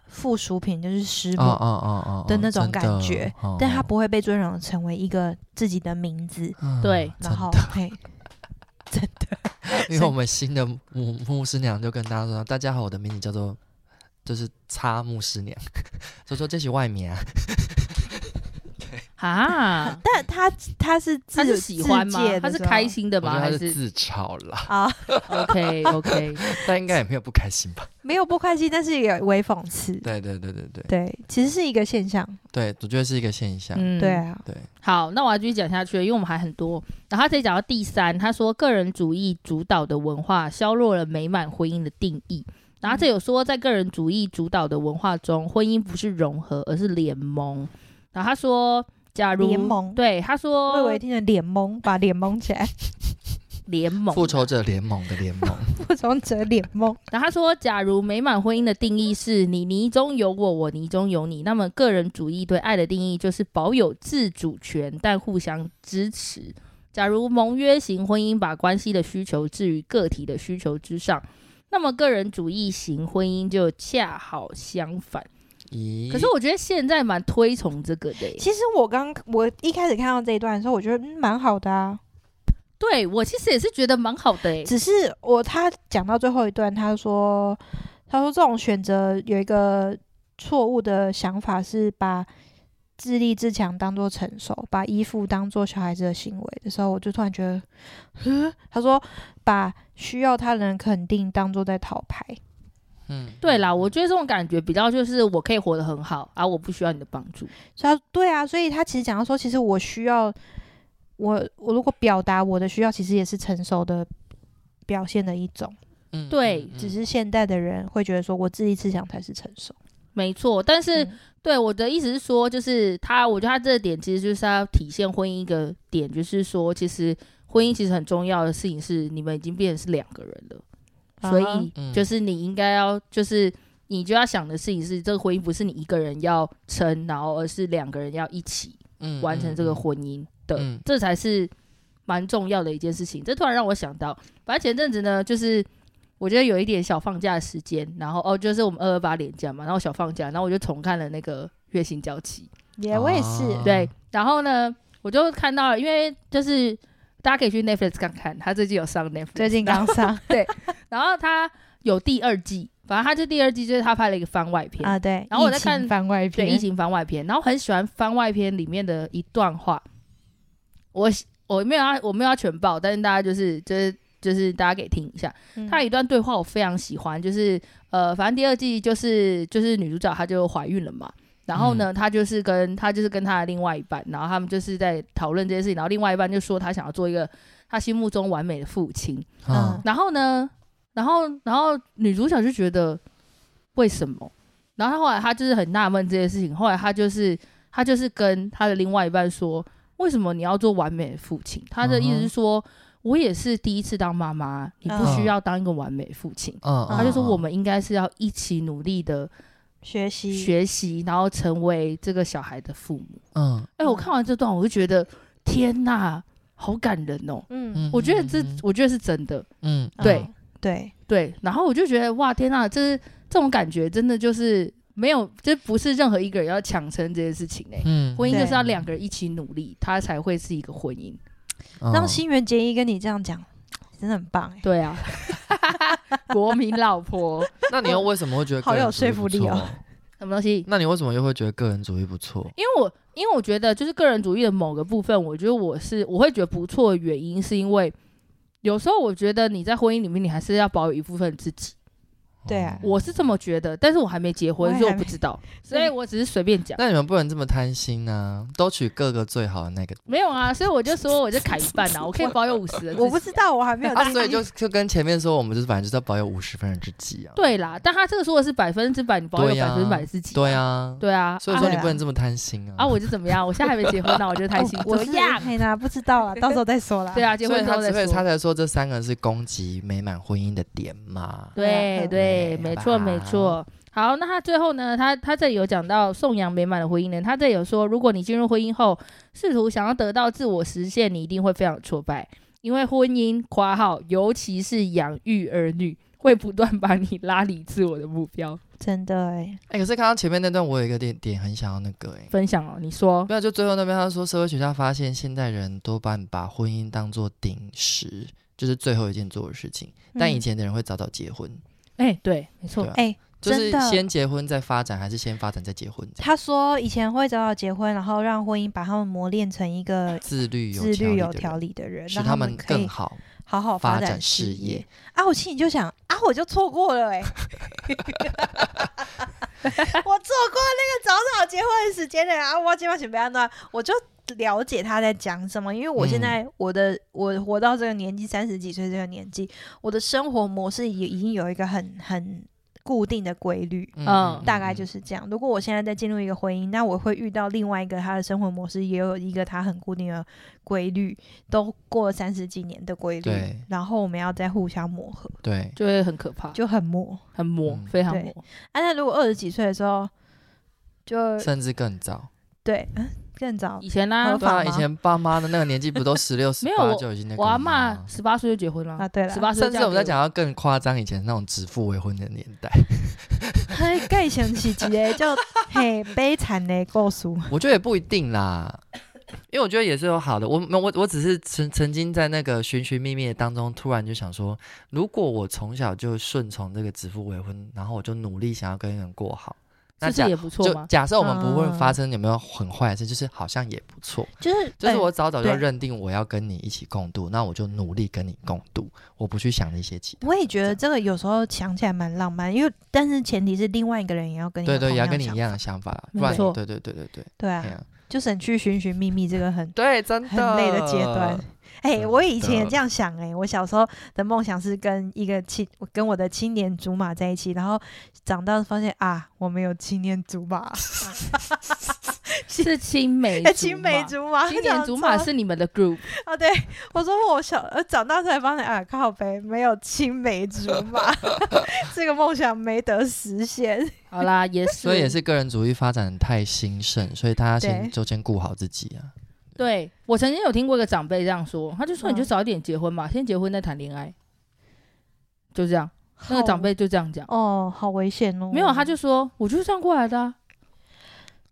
Speaker 1: 附属品，就是师母，
Speaker 3: 哦哦哦哦哦
Speaker 1: 的那种
Speaker 3: 真
Speaker 1: 感
Speaker 3: 的
Speaker 1: 觉
Speaker 3: 哦
Speaker 1: 但她不会被尊荣成为一个自己的名字，
Speaker 3: 嗯
Speaker 2: 对
Speaker 1: 然后嘿，
Speaker 3: 因为我们新的牧牧师娘就跟大家说：“大家好，我的名字叫做就是叉牧师娘。” 所以说这是外面啊，
Speaker 2: 啊，
Speaker 1: 但她她是自
Speaker 2: 他是喜欢吗
Speaker 1: 自介？的
Speaker 2: 他是
Speaker 1: 时候
Speaker 2: 开心的
Speaker 3: 我觉
Speaker 2: 吗？
Speaker 3: 得他
Speaker 2: 还
Speaker 3: 是
Speaker 2: 是
Speaker 3: 自嘲 啦，
Speaker 1: 啊，
Speaker 2: OK OK？
Speaker 3: 但应该也没有不开心吧？
Speaker 1: 没有不开心，但是也微讽刺，
Speaker 3: 对对对对对
Speaker 1: 对，其实是一个现象，
Speaker 3: 对，我觉得是一个现象。
Speaker 2: 嗯，
Speaker 1: 对。啊，
Speaker 3: 对，
Speaker 2: 好，那我要继续讲下去，因为我们还很多。然后他这里讲到第三，他说个人主义主导的文化削弱了美满婚姻的定义。然后这有说，在个人主义主导的文化中，婚姻不是融合，而是联盟。然后他说，假如
Speaker 1: 联盟
Speaker 2: 对他 说，
Speaker 1: 魏伟听的脸懵，把脸蒙起来，
Speaker 2: 联盟啊，
Speaker 3: 复仇者联盟的联 盟，
Speaker 1: 复仇者联盟，
Speaker 2: 然后他说，假如美满婚姻的定义是你泥中有我，我泥中有你，那么个人主义对爱的定义就是保有自主权，但互相支持。假如盟约型婚姻把关系的需求置于个体的需求之上，那么个人主义型婚姻就恰好相反。
Speaker 3: 咦？
Speaker 2: 可是我觉得现在蛮推崇这个的耶、
Speaker 1: 其实我刚我一开始看到这一段的时候，我觉得嗯蛮好的啊。
Speaker 2: 对我其实也是觉得蛮好的、耶
Speaker 1: 只是我他讲到最后一段，他说他说这种选择有一个错误的想法是把自立自强当做成熟，把依附当做小孩子的行为的时候，我就突然觉得， 呵他说把需要他人肯定当做在讨牌，
Speaker 3: 嗯，
Speaker 2: 对啦，我觉得这种感觉比较就是我可以活得很好啊，我不需要你的帮助。
Speaker 1: 所以他对啊，所以他其实讲到说，其实我需要我我如果表达我的需要，其实也是成熟的表现的一种，
Speaker 3: 嗯
Speaker 2: 对
Speaker 1: 只是现代的人会觉得说我自立自强才是成熟，
Speaker 2: 没错，但是、
Speaker 1: 嗯
Speaker 2: 对我的意思是说，就是他，我觉得他这个点其实就是要体现婚姻一个点，就是说，其实婚姻其实很重要的事情是，你们已经变成是两个人了，所
Speaker 1: 啊哈
Speaker 2: 以
Speaker 3: 嗯
Speaker 2: 就是你应该要，就是你就要想的事情是，这个婚姻不是你一个人要撑，然后而是两个人要一起
Speaker 1: 嗯
Speaker 2: 完成这个婚姻的，
Speaker 3: 嗯
Speaker 2: 这才是蛮重要的一件事情。这突然让我想到，反正前阵子呢，就是我觉得有一点小放假的时间，然后哦，就是我们二二八连假嘛，然后小放假，然后我就重看了那个《月薪娇妻
Speaker 1: 也、我也是，》，
Speaker 3: 哦
Speaker 2: 对，然后呢，我就看到了，因为就是大家可以去 Netflix 看看，他最近有上 Netflix，
Speaker 1: 最近
Speaker 2: 然
Speaker 1: 刚
Speaker 2: 后
Speaker 1: 上
Speaker 2: 然后他有第二季，反正他这第二季就是他拍了一个番外篇，
Speaker 1: 啊，对，
Speaker 2: 然后我
Speaker 1: 疫
Speaker 2: 在
Speaker 1: 情
Speaker 2: 看
Speaker 1: 番外
Speaker 2: 对疫
Speaker 1: 篇，
Speaker 2: 情番外篇，然后很喜欢番外篇里面的一段话。我我没有要我没有要全报，但是大家就是就是就是大家可以听一下，
Speaker 1: 嗯
Speaker 2: 他有一段对话我非常喜欢，就是呃，反正第二季就是就是女主角她就怀孕了嘛。然后呢，她就是跟她就是跟她的另外一半，然后他们就是在讨论这件事情，然后另外一半就说他想要做一个他心目中完美的父亲，
Speaker 3: 啊
Speaker 2: 然后呢，然后然后女主角就觉得为什么？然后她后来她就是很纳闷这件事情，后来她就是她就是跟她的另外一半说，为什么你要做完美的父亲？她的意思
Speaker 3: 嗯
Speaker 2: 是
Speaker 3: 哼
Speaker 2: 说，我也是第一次当妈妈，你不
Speaker 1: 嗯
Speaker 2: 需要当一个完美的父亲。
Speaker 3: 嗯，
Speaker 2: 然后她就说，我们应该是要一起努力的
Speaker 1: 学习
Speaker 2: 学习，然后成为这个小孩的父母。
Speaker 3: 嗯
Speaker 2: 哎，我
Speaker 1: 嗯
Speaker 2: 看完这段，我就觉得天呐，好感人哦！
Speaker 1: 嗯
Speaker 3: 嗯，
Speaker 2: 我觉得这，我觉得是真的。
Speaker 3: 嗯
Speaker 2: 对
Speaker 1: 嗯对，
Speaker 2: 对，然后我就觉得哇，天呐，这是这种感觉真的就是没有，这不是任何一个人要强撑这件事情哎、
Speaker 3: 嗯，
Speaker 2: 婚姻就是要
Speaker 1: 对
Speaker 2: 两个人一起努力，它才会是一个婚姻。
Speaker 3: 嗯
Speaker 1: 让新垣结衣跟你这样讲，真的很棒哎、
Speaker 2: 对啊， 国民老婆
Speaker 3: 那你又为什么会觉得
Speaker 1: 好
Speaker 3: 个人
Speaker 1: 有
Speaker 3: 主
Speaker 1: 说
Speaker 3: 义
Speaker 1: 服
Speaker 3: 不
Speaker 1: 力
Speaker 3: 错
Speaker 1: 哦？
Speaker 2: 什么东西？
Speaker 3: 那你为什么又会觉得个人主义不错？
Speaker 2: 因为我因为我觉得就是个人主义的某个部分，我觉得我是我会觉得不错的原因，是因为有时候我觉得你在婚姻里面，你还是要保有一部分自己。
Speaker 1: 对啊
Speaker 3: 哦
Speaker 2: 我是这么觉得，但是我还没结婚，
Speaker 1: 我也
Speaker 2: 所以我
Speaker 1: 还
Speaker 2: 不
Speaker 1: 没
Speaker 2: 知道，所以我只是随便讲。
Speaker 3: 那你们不能这么贪心啊，都取各个最好的那个。
Speaker 2: 没有啊，所以我就说我就砍一半 啊，我可以保有五十。
Speaker 1: 我不知。道，我还没有
Speaker 3: 啊，
Speaker 1: 听，哦
Speaker 3: 所以就就跟前面说，我们就是反正就是要保有五十分的自己啊。
Speaker 2: 对啦，但他这个说的是百分之百，你保有
Speaker 3: 对呀
Speaker 2: 百分之百自己。
Speaker 3: 对，啊，
Speaker 2: 对啊。
Speaker 3: 所以说
Speaker 2: 啊
Speaker 3: 你不能这么贪心啊。
Speaker 2: 啊，我就怎么样？我现在还没结婚呢，我就太心
Speaker 1: 我
Speaker 2: 怎么
Speaker 1: 呀
Speaker 2: 样？
Speaker 1: 没啦，不知道啊，到时候再说啦。
Speaker 2: 对啊，结
Speaker 3: 所以
Speaker 2: 婚之
Speaker 3: 他
Speaker 2: 后再
Speaker 3: 哦所以他
Speaker 2: 说。
Speaker 3: 才说这三个是攻击美满婚姻的点嘛。
Speaker 2: 对
Speaker 1: 嗯
Speaker 2: 对，
Speaker 3: 嗯
Speaker 2: 没
Speaker 3: 好吧
Speaker 2: 错没错。好，那他最后呢？他他这里有讲到颂扬美满的婚姻呢，他这里有说，如果你进入婚姻后，试图想要得到自我实现，你一定会非常挫败，因为婚姻（括号）尤其是养育儿女，会不断把你拉离自我的目标。
Speaker 1: 真的哎、
Speaker 3: 哎、可是刚刚前面那段我有一个点点很想要那个哎、
Speaker 2: 分享哦，你说
Speaker 3: 没有，就最后那边他说，社会学家发现现代人多半把婚姻当做顶时，就是最后一件做的事情。
Speaker 1: 嗯
Speaker 3: 但以
Speaker 2: 嗯
Speaker 3: 前的人会早早结婚，
Speaker 2: 哎、对，没错
Speaker 3: 对，啊
Speaker 1: 哎、
Speaker 3: 就
Speaker 1: 真
Speaker 3: 是
Speaker 1: 的
Speaker 3: 先结婚再发展，还是先发展再结婚这样？
Speaker 1: 他说以前会早早结婚，然后让婚姻把他们磨练成一个
Speaker 3: 自律有
Speaker 1: 自律有
Speaker 3: 的人
Speaker 1: 条理的人，
Speaker 3: 使
Speaker 1: 让
Speaker 3: 他
Speaker 1: 们
Speaker 3: 们
Speaker 1: 可以
Speaker 3: 更好
Speaker 1: 好好
Speaker 3: 发
Speaker 1: 展
Speaker 3: 展事
Speaker 1: 业
Speaker 3: 业。
Speaker 1: 啊！我心里就想啊， 我就错过了哎、我错过那个早早结婚的时间了啊！我今晚想不要呢，我就了解他在讲什么，因为我现
Speaker 3: 嗯
Speaker 1: 在我的、我活到这个年纪，三十几岁这个年纪，我的生活模式也已经有一个很很固定的规律，
Speaker 2: 嗯
Speaker 1: 大概就是是这样。如果我现在在进入一个婚姻，那我会遇到另外一个他的生活模式也有一个他很固定的规律，都过了三十几年的规律
Speaker 3: 对，
Speaker 1: 然后我们要再互相磨合，
Speaker 3: 对，
Speaker 2: 就会很可怕，
Speaker 1: 就很磨。
Speaker 2: 很磨
Speaker 3: 嗯，
Speaker 2: 非常
Speaker 1: 对
Speaker 2: 磨。
Speaker 1: 啊，那如果二十几岁的时候，就
Speaker 3: 甚至更早。
Speaker 1: 对，嗯，更早
Speaker 2: 以前呢
Speaker 1: 合，
Speaker 3: 对啊，
Speaker 1: 法
Speaker 3: 以
Speaker 1: 吗
Speaker 3: 前爸妈的那个年纪不都十六、十
Speaker 2: 没有
Speaker 3: 八
Speaker 2: 我
Speaker 3: 就已经那个
Speaker 2: 我阿
Speaker 3: 了
Speaker 2: 嬷
Speaker 3: 吗？
Speaker 2: 十八岁就结婚了
Speaker 1: 啊，，对了
Speaker 2: 十，八岁
Speaker 3: 甚
Speaker 2: 就
Speaker 3: 至
Speaker 2: 嫁
Speaker 3: 我们在
Speaker 2: 给
Speaker 3: 讲到更夸张，以前那种指腹为婚的年代，
Speaker 1: 嘿，盖想起一个叫嘿悲惨的故事，
Speaker 3: 我觉得也不一定啦，因为我觉得也是有好的。我没有我我只是曾曾经在那个寻寻觅觅的当中，突然就想说，如果我从小就顺从这个指腹为婚，然后我就努力想要跟人过好，那
Speaker 2: 这
Speaker 3: 假
Speaker 2: 是也不错
Speaker 3: 就
Speaker 2: 嘛。
Speaker 3: 假设我们不会
Speaker 1: 嗯
Speaker 3: 发生有没有很坏的事，就是好像也不错。
Speaker 1: 就是
Speaker 3: 就是
Speaker 1: 本
Speaker 3: 我早早就
Speaker 1: 哎对
Speaker 3: 认定我要跟你一起共度，那我就努力跟你共度，我不去想那些其他。
Speaker 1: 我也觉得这个有时候想起来蛮浪漫，因为但是前提是另外一个人也要跟你
Speaker 3: 对
Speaker 1: 有
Speaker 3: 对，也
Speaker 1: 同
Speaker 3: 要
Speaker 1: 样
Speaker 3: 跟你一
Speaker 1: 想
Speaker 3: 样的
Speaker 1: 法
Speaker 3: 想法啦，
Speaker 2: 没
Speaker 3: 不然你
Speaker 2: 错
Speaker 3: 对对对对对，
Speaker 1: 对
Speaker 3: 哎
Speaker 1: 啊，
Speaker 3: 呀
Speaker 1: 就省去寻寻觅觅这个很
Speaker 3: 对，真的
Speaker 1: 很累的阶段。
Speaker 3: 呃
Speaker 1: 哎、
Speaker 3: 真
Speaker 1: 我以前也
Speaker 3: 的
Speaker 1: 这样想哎、我小时候的梦想是跟一个青，我跟我的青年竹马在一起，然后长大发现啊，我没有青年竹马，哎
Speaker 2: 是青梅
Speaker 1: 青梅
Speaker 2: 马
Speaker 1: 竹马，啊
Speaker 2: 青年竹马
Speaker 1: 长
Speaker 2: 是你们的 group，
Speaker 1: 哦，对我说我小呃长大才发现啊，靠北没有青梅竹 马，这个梦想没得实现。
Speaker 2: 好啦，也是，
Speaker 3: 所以也是个人主义发展太兴盛，所以大家
Speaker 1: 嗯
Speaker 3: 先
Speaker 1: 对
Speaker 3: 就先顾好自己啊。
Speaker 2: 对我曾经有听过一个长辈这样说，他就说
Speaker 1: 嗯
Speaker 2: 你就早点结婚嘛，先结婚再谈恋爱，就这样。那个长辈就这样讲，
Speaker 1: 哦，好危险哦！
Speaker 2: 没有，他就说我就是这样过来的啊，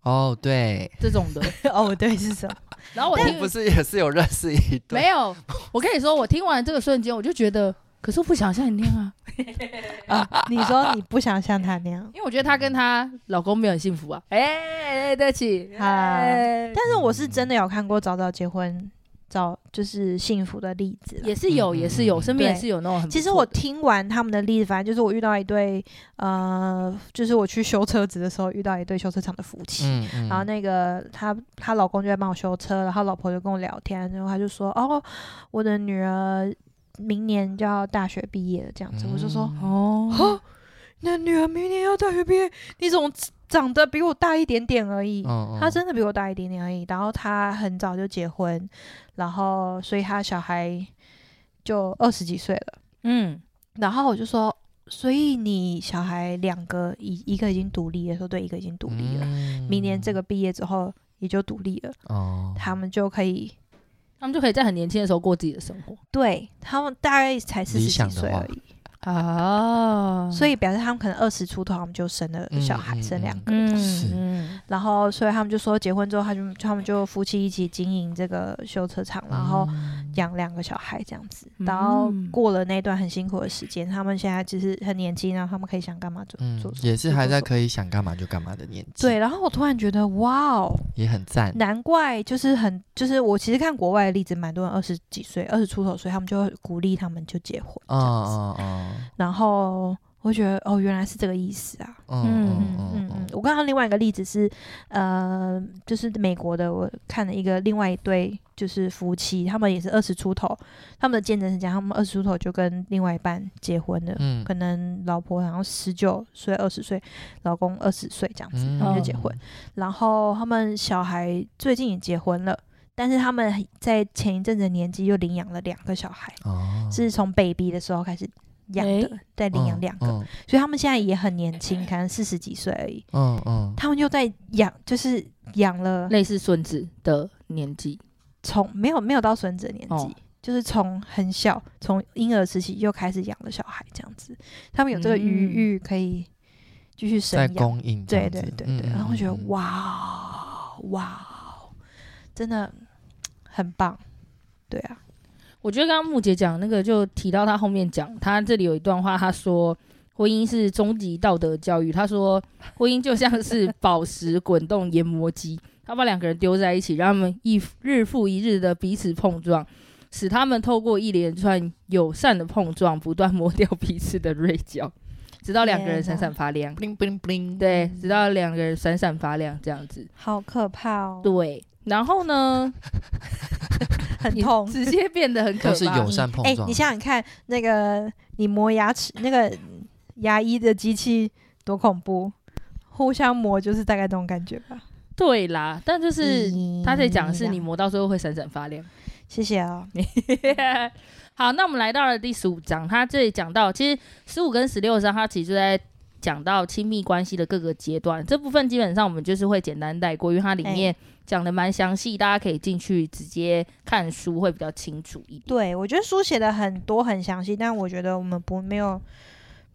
Speaker 3: 哦，对，
Speaker 2: 这种 的。
Speaker 1: 哦，对，是什么？
Speaker 2: 然后我
Speaker 3: 我
Speaker 2: 听
Speaker 3: 不是也是有认 识一对，
Speaker 2: 没有，我跟你说，我听完这个瞬间，我就觉得，可是我不想像你那样啊，
Speaker 1: 你说你不想像他那样，
Speaker 2: 因为我觉得她跟她老公没有很幸福啊。哎、哎哎对不起，
Speaker 1: 啊
Speaker 2: 哎
Speaker 1: 但是我是真的有看过早早结婚、早就是幸福的例子啦。
Speaker 2: 也是有，
Speaker 3: 嗯
Speaker 2: 也是有，
Speaker 3: 嗯
Speaker 2: 身边也
Speaker 1: 对
Speaker 2: 是有那种很不
Speaker 1: 其实
Speaker 2: 错
Speaker 1: 我
Speaker 2: 的
Speaker 1: 听完他们的例子，反正就是我遇到一对，呃，就是我去修车子的时候遇到一对修车厂的夫妻，
Speaker 3: 嗯嗯
Speaker 1: 然后那个她她老公就在帮我修车，然后老婆就跟我聊天，然后她就说：“哦，我的女儿明年就要大学毕业了。”这样子，我就说
Speaker 3: 嗯
Speaker 2: 哦，：“
Speaker 1: 你的女儿明年要大学毕业，你怎么长得比我大一点点而已？”
Speaker 3: 嗯
Speaker 1: 她真的比我大一点点而已。然后她很早就结婚，然后所以她小孩就二十几岁了。
Speaker 2: 嗯，
Speaker 1: 然后我就说：“所以你小孩两个，一一个已经独立了，说对，一个已经独立了。明年这
Speaker 3: 个
Speaker 1: 个毕业之后也就独立了。”
Speaker 3: 嗯哦，
Speaker 1: 他们就可以，
Speaker 2: 他们就可以在很年轻的时候过自己的生活
Speaker 1: 对他们大概才四十
Speaker 3: 理
Speaker 1: 几
Speaker 3: 想的
Speaker 1: 岁
Speaker 3: 话
Speaker 1: 而已，
Speaker 2: 啊
Speaker 1: 所
Speaker 2: 以，
Speaker 1: 以表示他们可能二十出头，他们就生了小孩，
Speaker 3: 嗯
Speaker 1: 生两个。
Speaker 2: 嗯
Speaker 3: 是
Speaker 2: 嗯，
Speaker 1: 然后，所以他们就说，结婚之后，他就他们就夫妻一起经营这个修车厂，然
Speaker 3: 嗯
Speaker 1: 后养两个小孩这样子。然后
Speaker 2: 嗯
Speaker 1: 过了那段很辛苦的时间，他们现在只是很年轻，然后他们可以想干嘛就
Speaker 3: 嗯
Speaker 1: 做。
Speaker 3: 也是
Speaker 1: 做
Speaker 3: 还
Speaker 1: 做
Speaker 3: 在
Speaker 1: 做
Speaker 3: 可以想干嘛就干嘛的年纪，
Speaker 1: 对，，然后我突然觉得，哇哦，
Speaker 3: 也很赞。
Speaker 1: 难怪就是很就是我其实看国外的例子，蛮多人二十几岁、二十出头岁，所以他们就会鼓励他们就结婚这
Speaker 3: 哦
Speaker 1: 样子。
Speaker 3: 哦哦，
Speaker 1: 然后我觉得哦，原来是这个意思啊。
Speaker 3: 嗯
Speaker 1: 嗯嗯
Speaker 3: 嗯嗯，嗯，
Speaker 1: 我刚刚另外一个例子是，呃，就是美国的，我看了一个另外一对就是夫妻，他们也是二十出头，他们的见证是讲他们二十出头就跟另外一半结婚了，
Speaker 3: 嗯
Speaker 1: 可能老婆好像十九岁、二十岁，老公二十岁这样子，
Speaker 3: 嗯
Speaker 1: 他们就结婚。然后他们小孩最近也结婚了，但是他们在前一阵子的年纪又领养了两个小孩，
Speaker 3: 哦，
Speaker 1: 是从 baby 的时候开始养的，
Speaker 2: 诶
Speaker 1: 再领养
Speaker 3: 嗯
Speaker 1: 两个，
Speaker 3: 嗯
Speaker 1: 所以他们现在也很年 轻，可能四十几岁而已。
Speaker 3: 嗯嗯，
Speaker 1: 他们又在养，就是养了
Speaker 2: 类似孙子的年纪，
Speaker 1: 从没有没有到孙子的年纪，
Speaker 2: 哦
Speaker 1: 就是从很小从婴儿时期又开始养了小孩这样子，他们有这个余
Speaker 2: 嗯
Speaker 1: 裕可以继续生
Speaker 3: 在
Speaker 1: 养。
Speaker 3: 供应这
Speaker 1: 对
Speaker 3: 样子，
Speaker 1: 对对对，
Speaker 3: 嗯
Speaker 1: 然后我觉得，
Speaker 3: 嗯嗯
Speaker 1: 哇哇，真的很棒，对啊，
Speaker 2: 我觉得刚刚木姐讲那个，就提到她后面讲，她这里有一段话，她说婚姻是终极道德教育。她说婚姻就像是宝石滚动研磨机，她把两个人丢在一起，让他们一日复一日的彼此碰撞，使他们透过一连串友善的碰撞，不断磨掉彼此的锐角，直到两个人闪闪发亮。
Speaker 3: bling bling bling，
Speaker 2: 对，直到两个人闪闪发亮这样子。
Speaker 1: 好可怕哦，
Speaker 2: 对，然后呢，
Speaker 1: 很
Speaker 2: 你
Speaker 1: 痛。
Speaker 2: 直接变得很可
Speaker 3: 都是
Speaker 2: 怕。
Speaker 3: 友善碰
Speaker 1: 哎、
Speaker 3: 撞。
Speaker 1: 你想想看，那个你磨牙齿，那个牙医的机器多恐怖，互相磨就是大概这种感觉吧。
Speaker 2: 对啦，但就是
Speaker 1: 咦
Speaker 2: 他在讲的是你磨到最后会闪闪发亮。
Speaker 1: 嗯 谢谢啊，
Speaker 2: 好，那我们来到了第十五章，他这里讲到，其实十五跟十六章，他其实就在讲到亲密关系的各个阶段。这部分基本上我们就是会简单带过，因为它里面讲的蛮详细，大家可以进去直接看书会比较清楚一点。
Speaker 1: 对我觉得书写的很多很详细，但我觉得我们不没有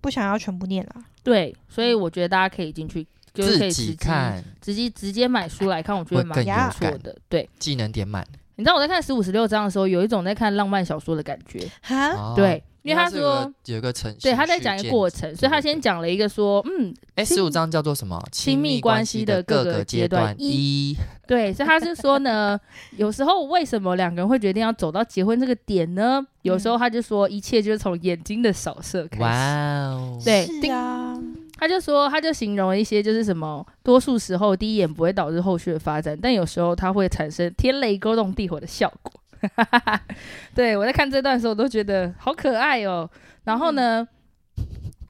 Speaker 1: 不想要全部念啦。
Speaker 2: 对，所以我觉得大家可以进去，就是可
Speaker 3: 自
Speaker 2: 以
Speaker 3: 己
Speaker 2: 直接
Speaker 3: 看
Speaker 2: 直接直接买书来看，我觉得蛮
Speaker 3: 会
Speaker 2: 不
Speaker 3: 更
Speaker 1: 有
Speaker 2: 错
Speaker 3: 感
Speaker 2: 的。对，
Speaker 3: 技能点满。
Speaker 2: 你知道我在看十五、十六章的时候，有一种在看浪漫小说的感觉。
Speaker 1: 哈，
Speaker 3: 哦
Speaker 2: 对，因为他
Speaker 3: 它是有
Speaker 2: 说
Speaker 3: 个，有一个程序，
Speaker 2: 对，他在讲一个过
Speaker 3: 程。
Speaker 2: 程，所以他先讲了一个说，嗯，
Speaker 3: 哎，十五章叫做什么？
Speaker 2: 亲密
Speaker 3: 密
Speaker 2: 关系
Speaker 3: 系
Speaker 2: 的各
Speaker 3: 各
Speaker 2: 个
Speaker 3: 个
Speaker 2: 阶
Speaker 3: 阶
Speaker 2: 段
Speaker 3: 一，
Speaker 2: 对，所以他是说呢，有时候为什么两个人会决定要走到结婚这个点呢？有时候他就说，一切就是从眼睛的扫射开始。
Speaker 3: 哇哦，
Speaker 2: 对，
Speaker 1: 是啊，
Speaker 2: 他就说，他就形容一些就是什么，多数时候第一眼不会导致后续的发展，但有时候它会产生天雷勾动地火的效果。 对我在看这段的时候，我都觉得好可爱哦。然后呢，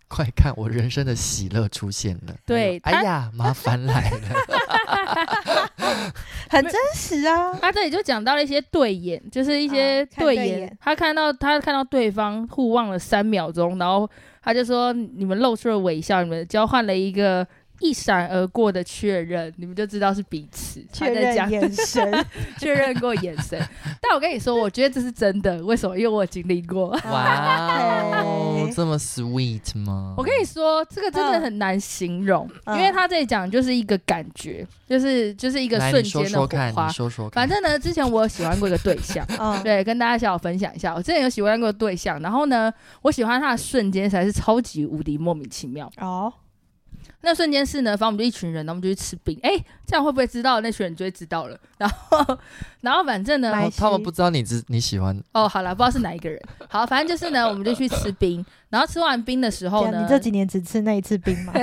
Speaker 3: 快看，我人生的喜乐出现了。
Speaker 2: 对
Speaker 3: 哎呦
Speaker 2: 他
Speaker 3: 哎呀，麻烦 来了。
Speaker 1: 很真实啊。
Speaker 2: 他这里就讲到了一些对眼，就是一些
Speaker 1: 啊看
Speaker 2: 对
Speaker 1: 对
Speaker 2: 眼。
Speaker 1: 眼
Speaker 2: 他看到他看到对方互望了三秒钟，然后他就说：“你们露出了微笑，你们交换了一个一闪而过的确认，你们就知道是彼此。”
Speaker 1: 确
Speaker 2: 他在
Speaker 1: 认
Speaker 2: 讲
Speaker 1: 眼神，
Speaker 2: 确认过眼 神。但我跟你说，我觉得这是真的。为什么？因为我有经历 过。
Speaker 3: 哇哦
Speaker 1: 对，
Speaker 3: 这么 sweet 吗？
Speaker 2: 我跟你说，这个真的很难形容，
Speaker 1: 嗯
Speaker 2: 因为他这里讲就是一个感觉，就是就是一个
Speaker 3: 来
Speaker 2: 瞬
Speaker 3: 你
Speaker 2: 间
Speaker 3: 说
Speaker 2: 的火
Speaker 3: 说看，
Speaker 2: 花
Speaker 3: 你。说说
Speaker 2: 反
Speaker 3: 看，
Speaker 2: 正呢，之前我有喜欢过一个对象。
Speaker 1: 嗯，
Speaker 2: 对，跟大家小分享一下，我之前有喜欢过的对象，然后呢，我喜欢他的瞬间实在是超级无敌莫名其妙。
Speaker 1: 哦，
Speaker 2: 那瞬间是呢，反正我们就一群人，然后我们就去吃冰，哎、这样会不会知道？那群人就会知道了。然后， 然后反正呢，
Speaker 1: 买
Speaker 3: 哦他们不知道你知你喜欢
Speaker 2: 哦，好了，不知道是哪一个人。好，反正就是呢，我们就去吃冰，然后吃完冰的时候
Speaker 1: 这样
Speaker 2: 呢
Speaker 1: 啊你，这几年只吃那一次冰吗？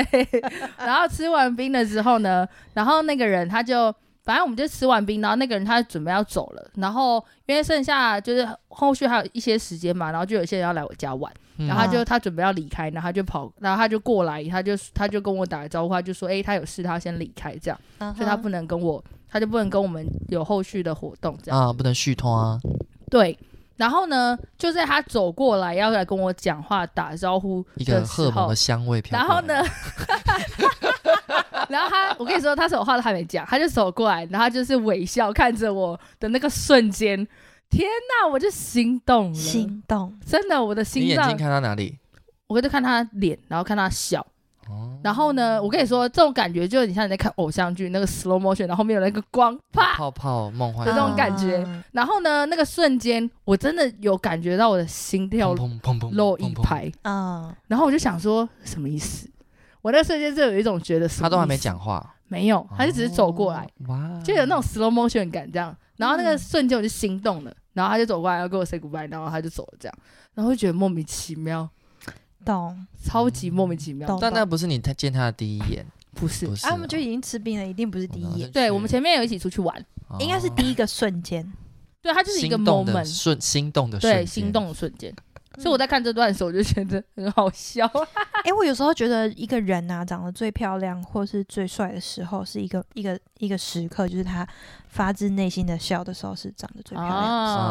Speaker 2: 然后吃完冰了之后呢，然后那个人他就，反正我们就吃完冰，然后那个人他准备要走了，然后因为剩下就是后续还有一些时间嘛，然后就有些人要来我家玩，
Speaker 3: 嗯
Speaker 2: 然后他就他准备要离开，然后他就跑，然后他就过来，他就他就跟我打个招呼，他就说，诶，他有事，他先离开这样，
Speaker 3: 啊
Speaker 2: 所
Speaker 1: 嗯
Speaker 2: 以他不能跟我，他就不能跟我们有后续的活动这样，
Speaker 3: 啊，不能续通啊。
Speaker 2: 对。然后呢，就在他走过来要来跟我讲话打招呼
Speaker 3: 一个
Speaker 2: 的
Speaker 3: 荷
Speaker 2: 时
Speaker 3: 尔蒙
Speaker 2: 候
Speaker 3: 的，香味飘。
Speaker 2: 然后呢？， 然后他，我跟你说，他什么话都还没讲，他就走过来，然后他就是微笑看着我的那个瞬间，天哪，我就心动了，
Speaker 1: 心动，
Speaker 2: 真的，我的
Speaker 3: 你
Speaker 2: 心
Speaker 3: 眼
Speaker 2: 脏
Speaker 3: 睛，看到哪里？
Speaker 2: 我就看他脸，然后看他笑，
Speaker 3: 哦，
Speaker 2: 然后呢，我跟你说，这种感觉就很像你在看偶像剧那个 slow motion，然后后面有那个光啪，
Speaker 3: 泡泡梦幻
Speaker 2: 有这种
Speaker 3: 啊
Speaker 2: 感觉
Speaker 1: 啊
Speaker 2: 然后呢，那个瞬间，我真的有感觉到我的心跳
Speaker 3: 砰砰砰砰
Speaker 2: 漏一
Speaker 3: 砰砰
Speaker 2: 拍，
Speaker 1: 嗯，
Speaker 2: 然后我就想说，什么意思？我那瞬间就有一种觉得什么
Speaker 3: 他都还没
Speaker 2: 意思，
Speaker 3: 讲哦话，
Speaker 2: 没有，他就只是走过来，
Speaker 3: 哦。哇，
Speaker 2: 就有那种 slow motion 感这样。然后那个
Speaker 1: 嗯
Speaker 2: 瞬间我就心动了，然后他就走过来要跟我 say goodbye，然后他就走了这样，然后就觉得莫名其妙，
Speaker 1: 懂。
Speaker 2: 超级莫名其妙
Speaker 1: 懂。
Speaker 3: 但那不是你他见他的第一眼，
Speaker 2: 不是
Speaker 3: 不，是
Speaker 1: 啊，
Speaker 3: 哦。
Speaker 1: 他们就已经吃冰了，一定不是第一眼，
Speaker 2: 对我们前面有一起出去玩，
Speaker 3: 哦
Speaker 1: 应该是第一个瞬间。
Speaker 2: 对他就是一个
Speaker 3: 心动的
Speaker 2: moment，
Speaker 3: 瞬心动的瞬
Speaker 2: 对
Speaker 3: 间
Speaker 2: 心动的瞬间。所以我在看这段的时候，我就觉得很好笑。
Speaker 1: 哎、我有时候觉得一个人啊，长得最漂亮或是最帅的时候，是一个一个一个时刻，就是他发自内心的笑的时候，是长得最漂亮的。
Speaker 3: 啊
Speaker 2: 啊，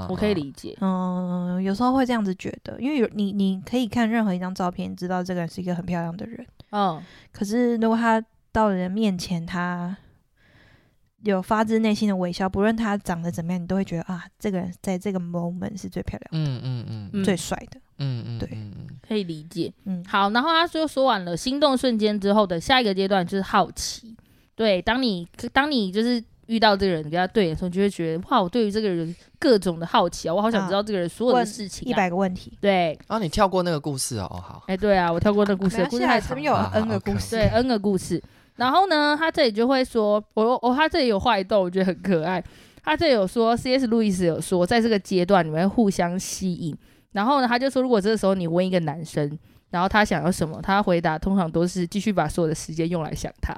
Speaker 3: 啊
Speaker 2: 我可以理解。
Speaker 1: 嗯，有时候会这样子觉得，因为有你，你可以看任何一张照片，知道这个人是一个很漂亮的人。
Speaker 2: 嗯，
Speaker 1: 可是如果他到了人面前，他有发自内心的微笑，不论他长得怎么样，你都会觉得啊，这个人在这个 moment 是最漂亮、
Speaker 3: 嗯嗯嗯嗯
Speaker 2: 嗯
Speaker 1: 最帅的。
Speaker 3: 嗯嗯，
Speaker 1: 对
Speaker 3: 嗯嗯
Speaker 2: 可以理解。
Speaker 1: 嗯，
Speaker 2: 好，然后他就说完了心动瞬间之后的下一个阶段就是好奇。对，当你当你就是遇到这个人，你跟他对眼的时候，你就会觉得哇，我对于这个人各种的好奇啊，我好想知道这个人所有的
Speaker 1: 问
Speaker 2: 事情、
Speaker 1: 一
Speaker 2: 啊。
Speaker 1: 百个问题。
Speaker 2: 对，
Speaker 3: 啊，你跳过那个故事哦，哦好，
Speaker 2: 哎，对啊，我跳过那个故事，
Speaker 1: 没关
Speaker 2: 故
Speaker 1: 系啊
Speaker 2: 事太
Speaker 1: 这
Speaker 2: 长
Speaker 1: 边
Speaker 2: 了。
Speaker 1: 有
Speaker 3: 啊
Speaker 1: N 个故
Speaker 3: OK
Speaker 1: 事。
Speaker 2: 对，N 个故事。然后呢，他这里就会说，我我、他这里有画一段，我觉得很可爱。他这里有说，C.S. 路易斯有说，在这个阶段你们会互相吸引。然后呢，他就说，如果这个时候你问一个男生，然后他想要什么，他回答通常都是继续把所有的时间用来想他。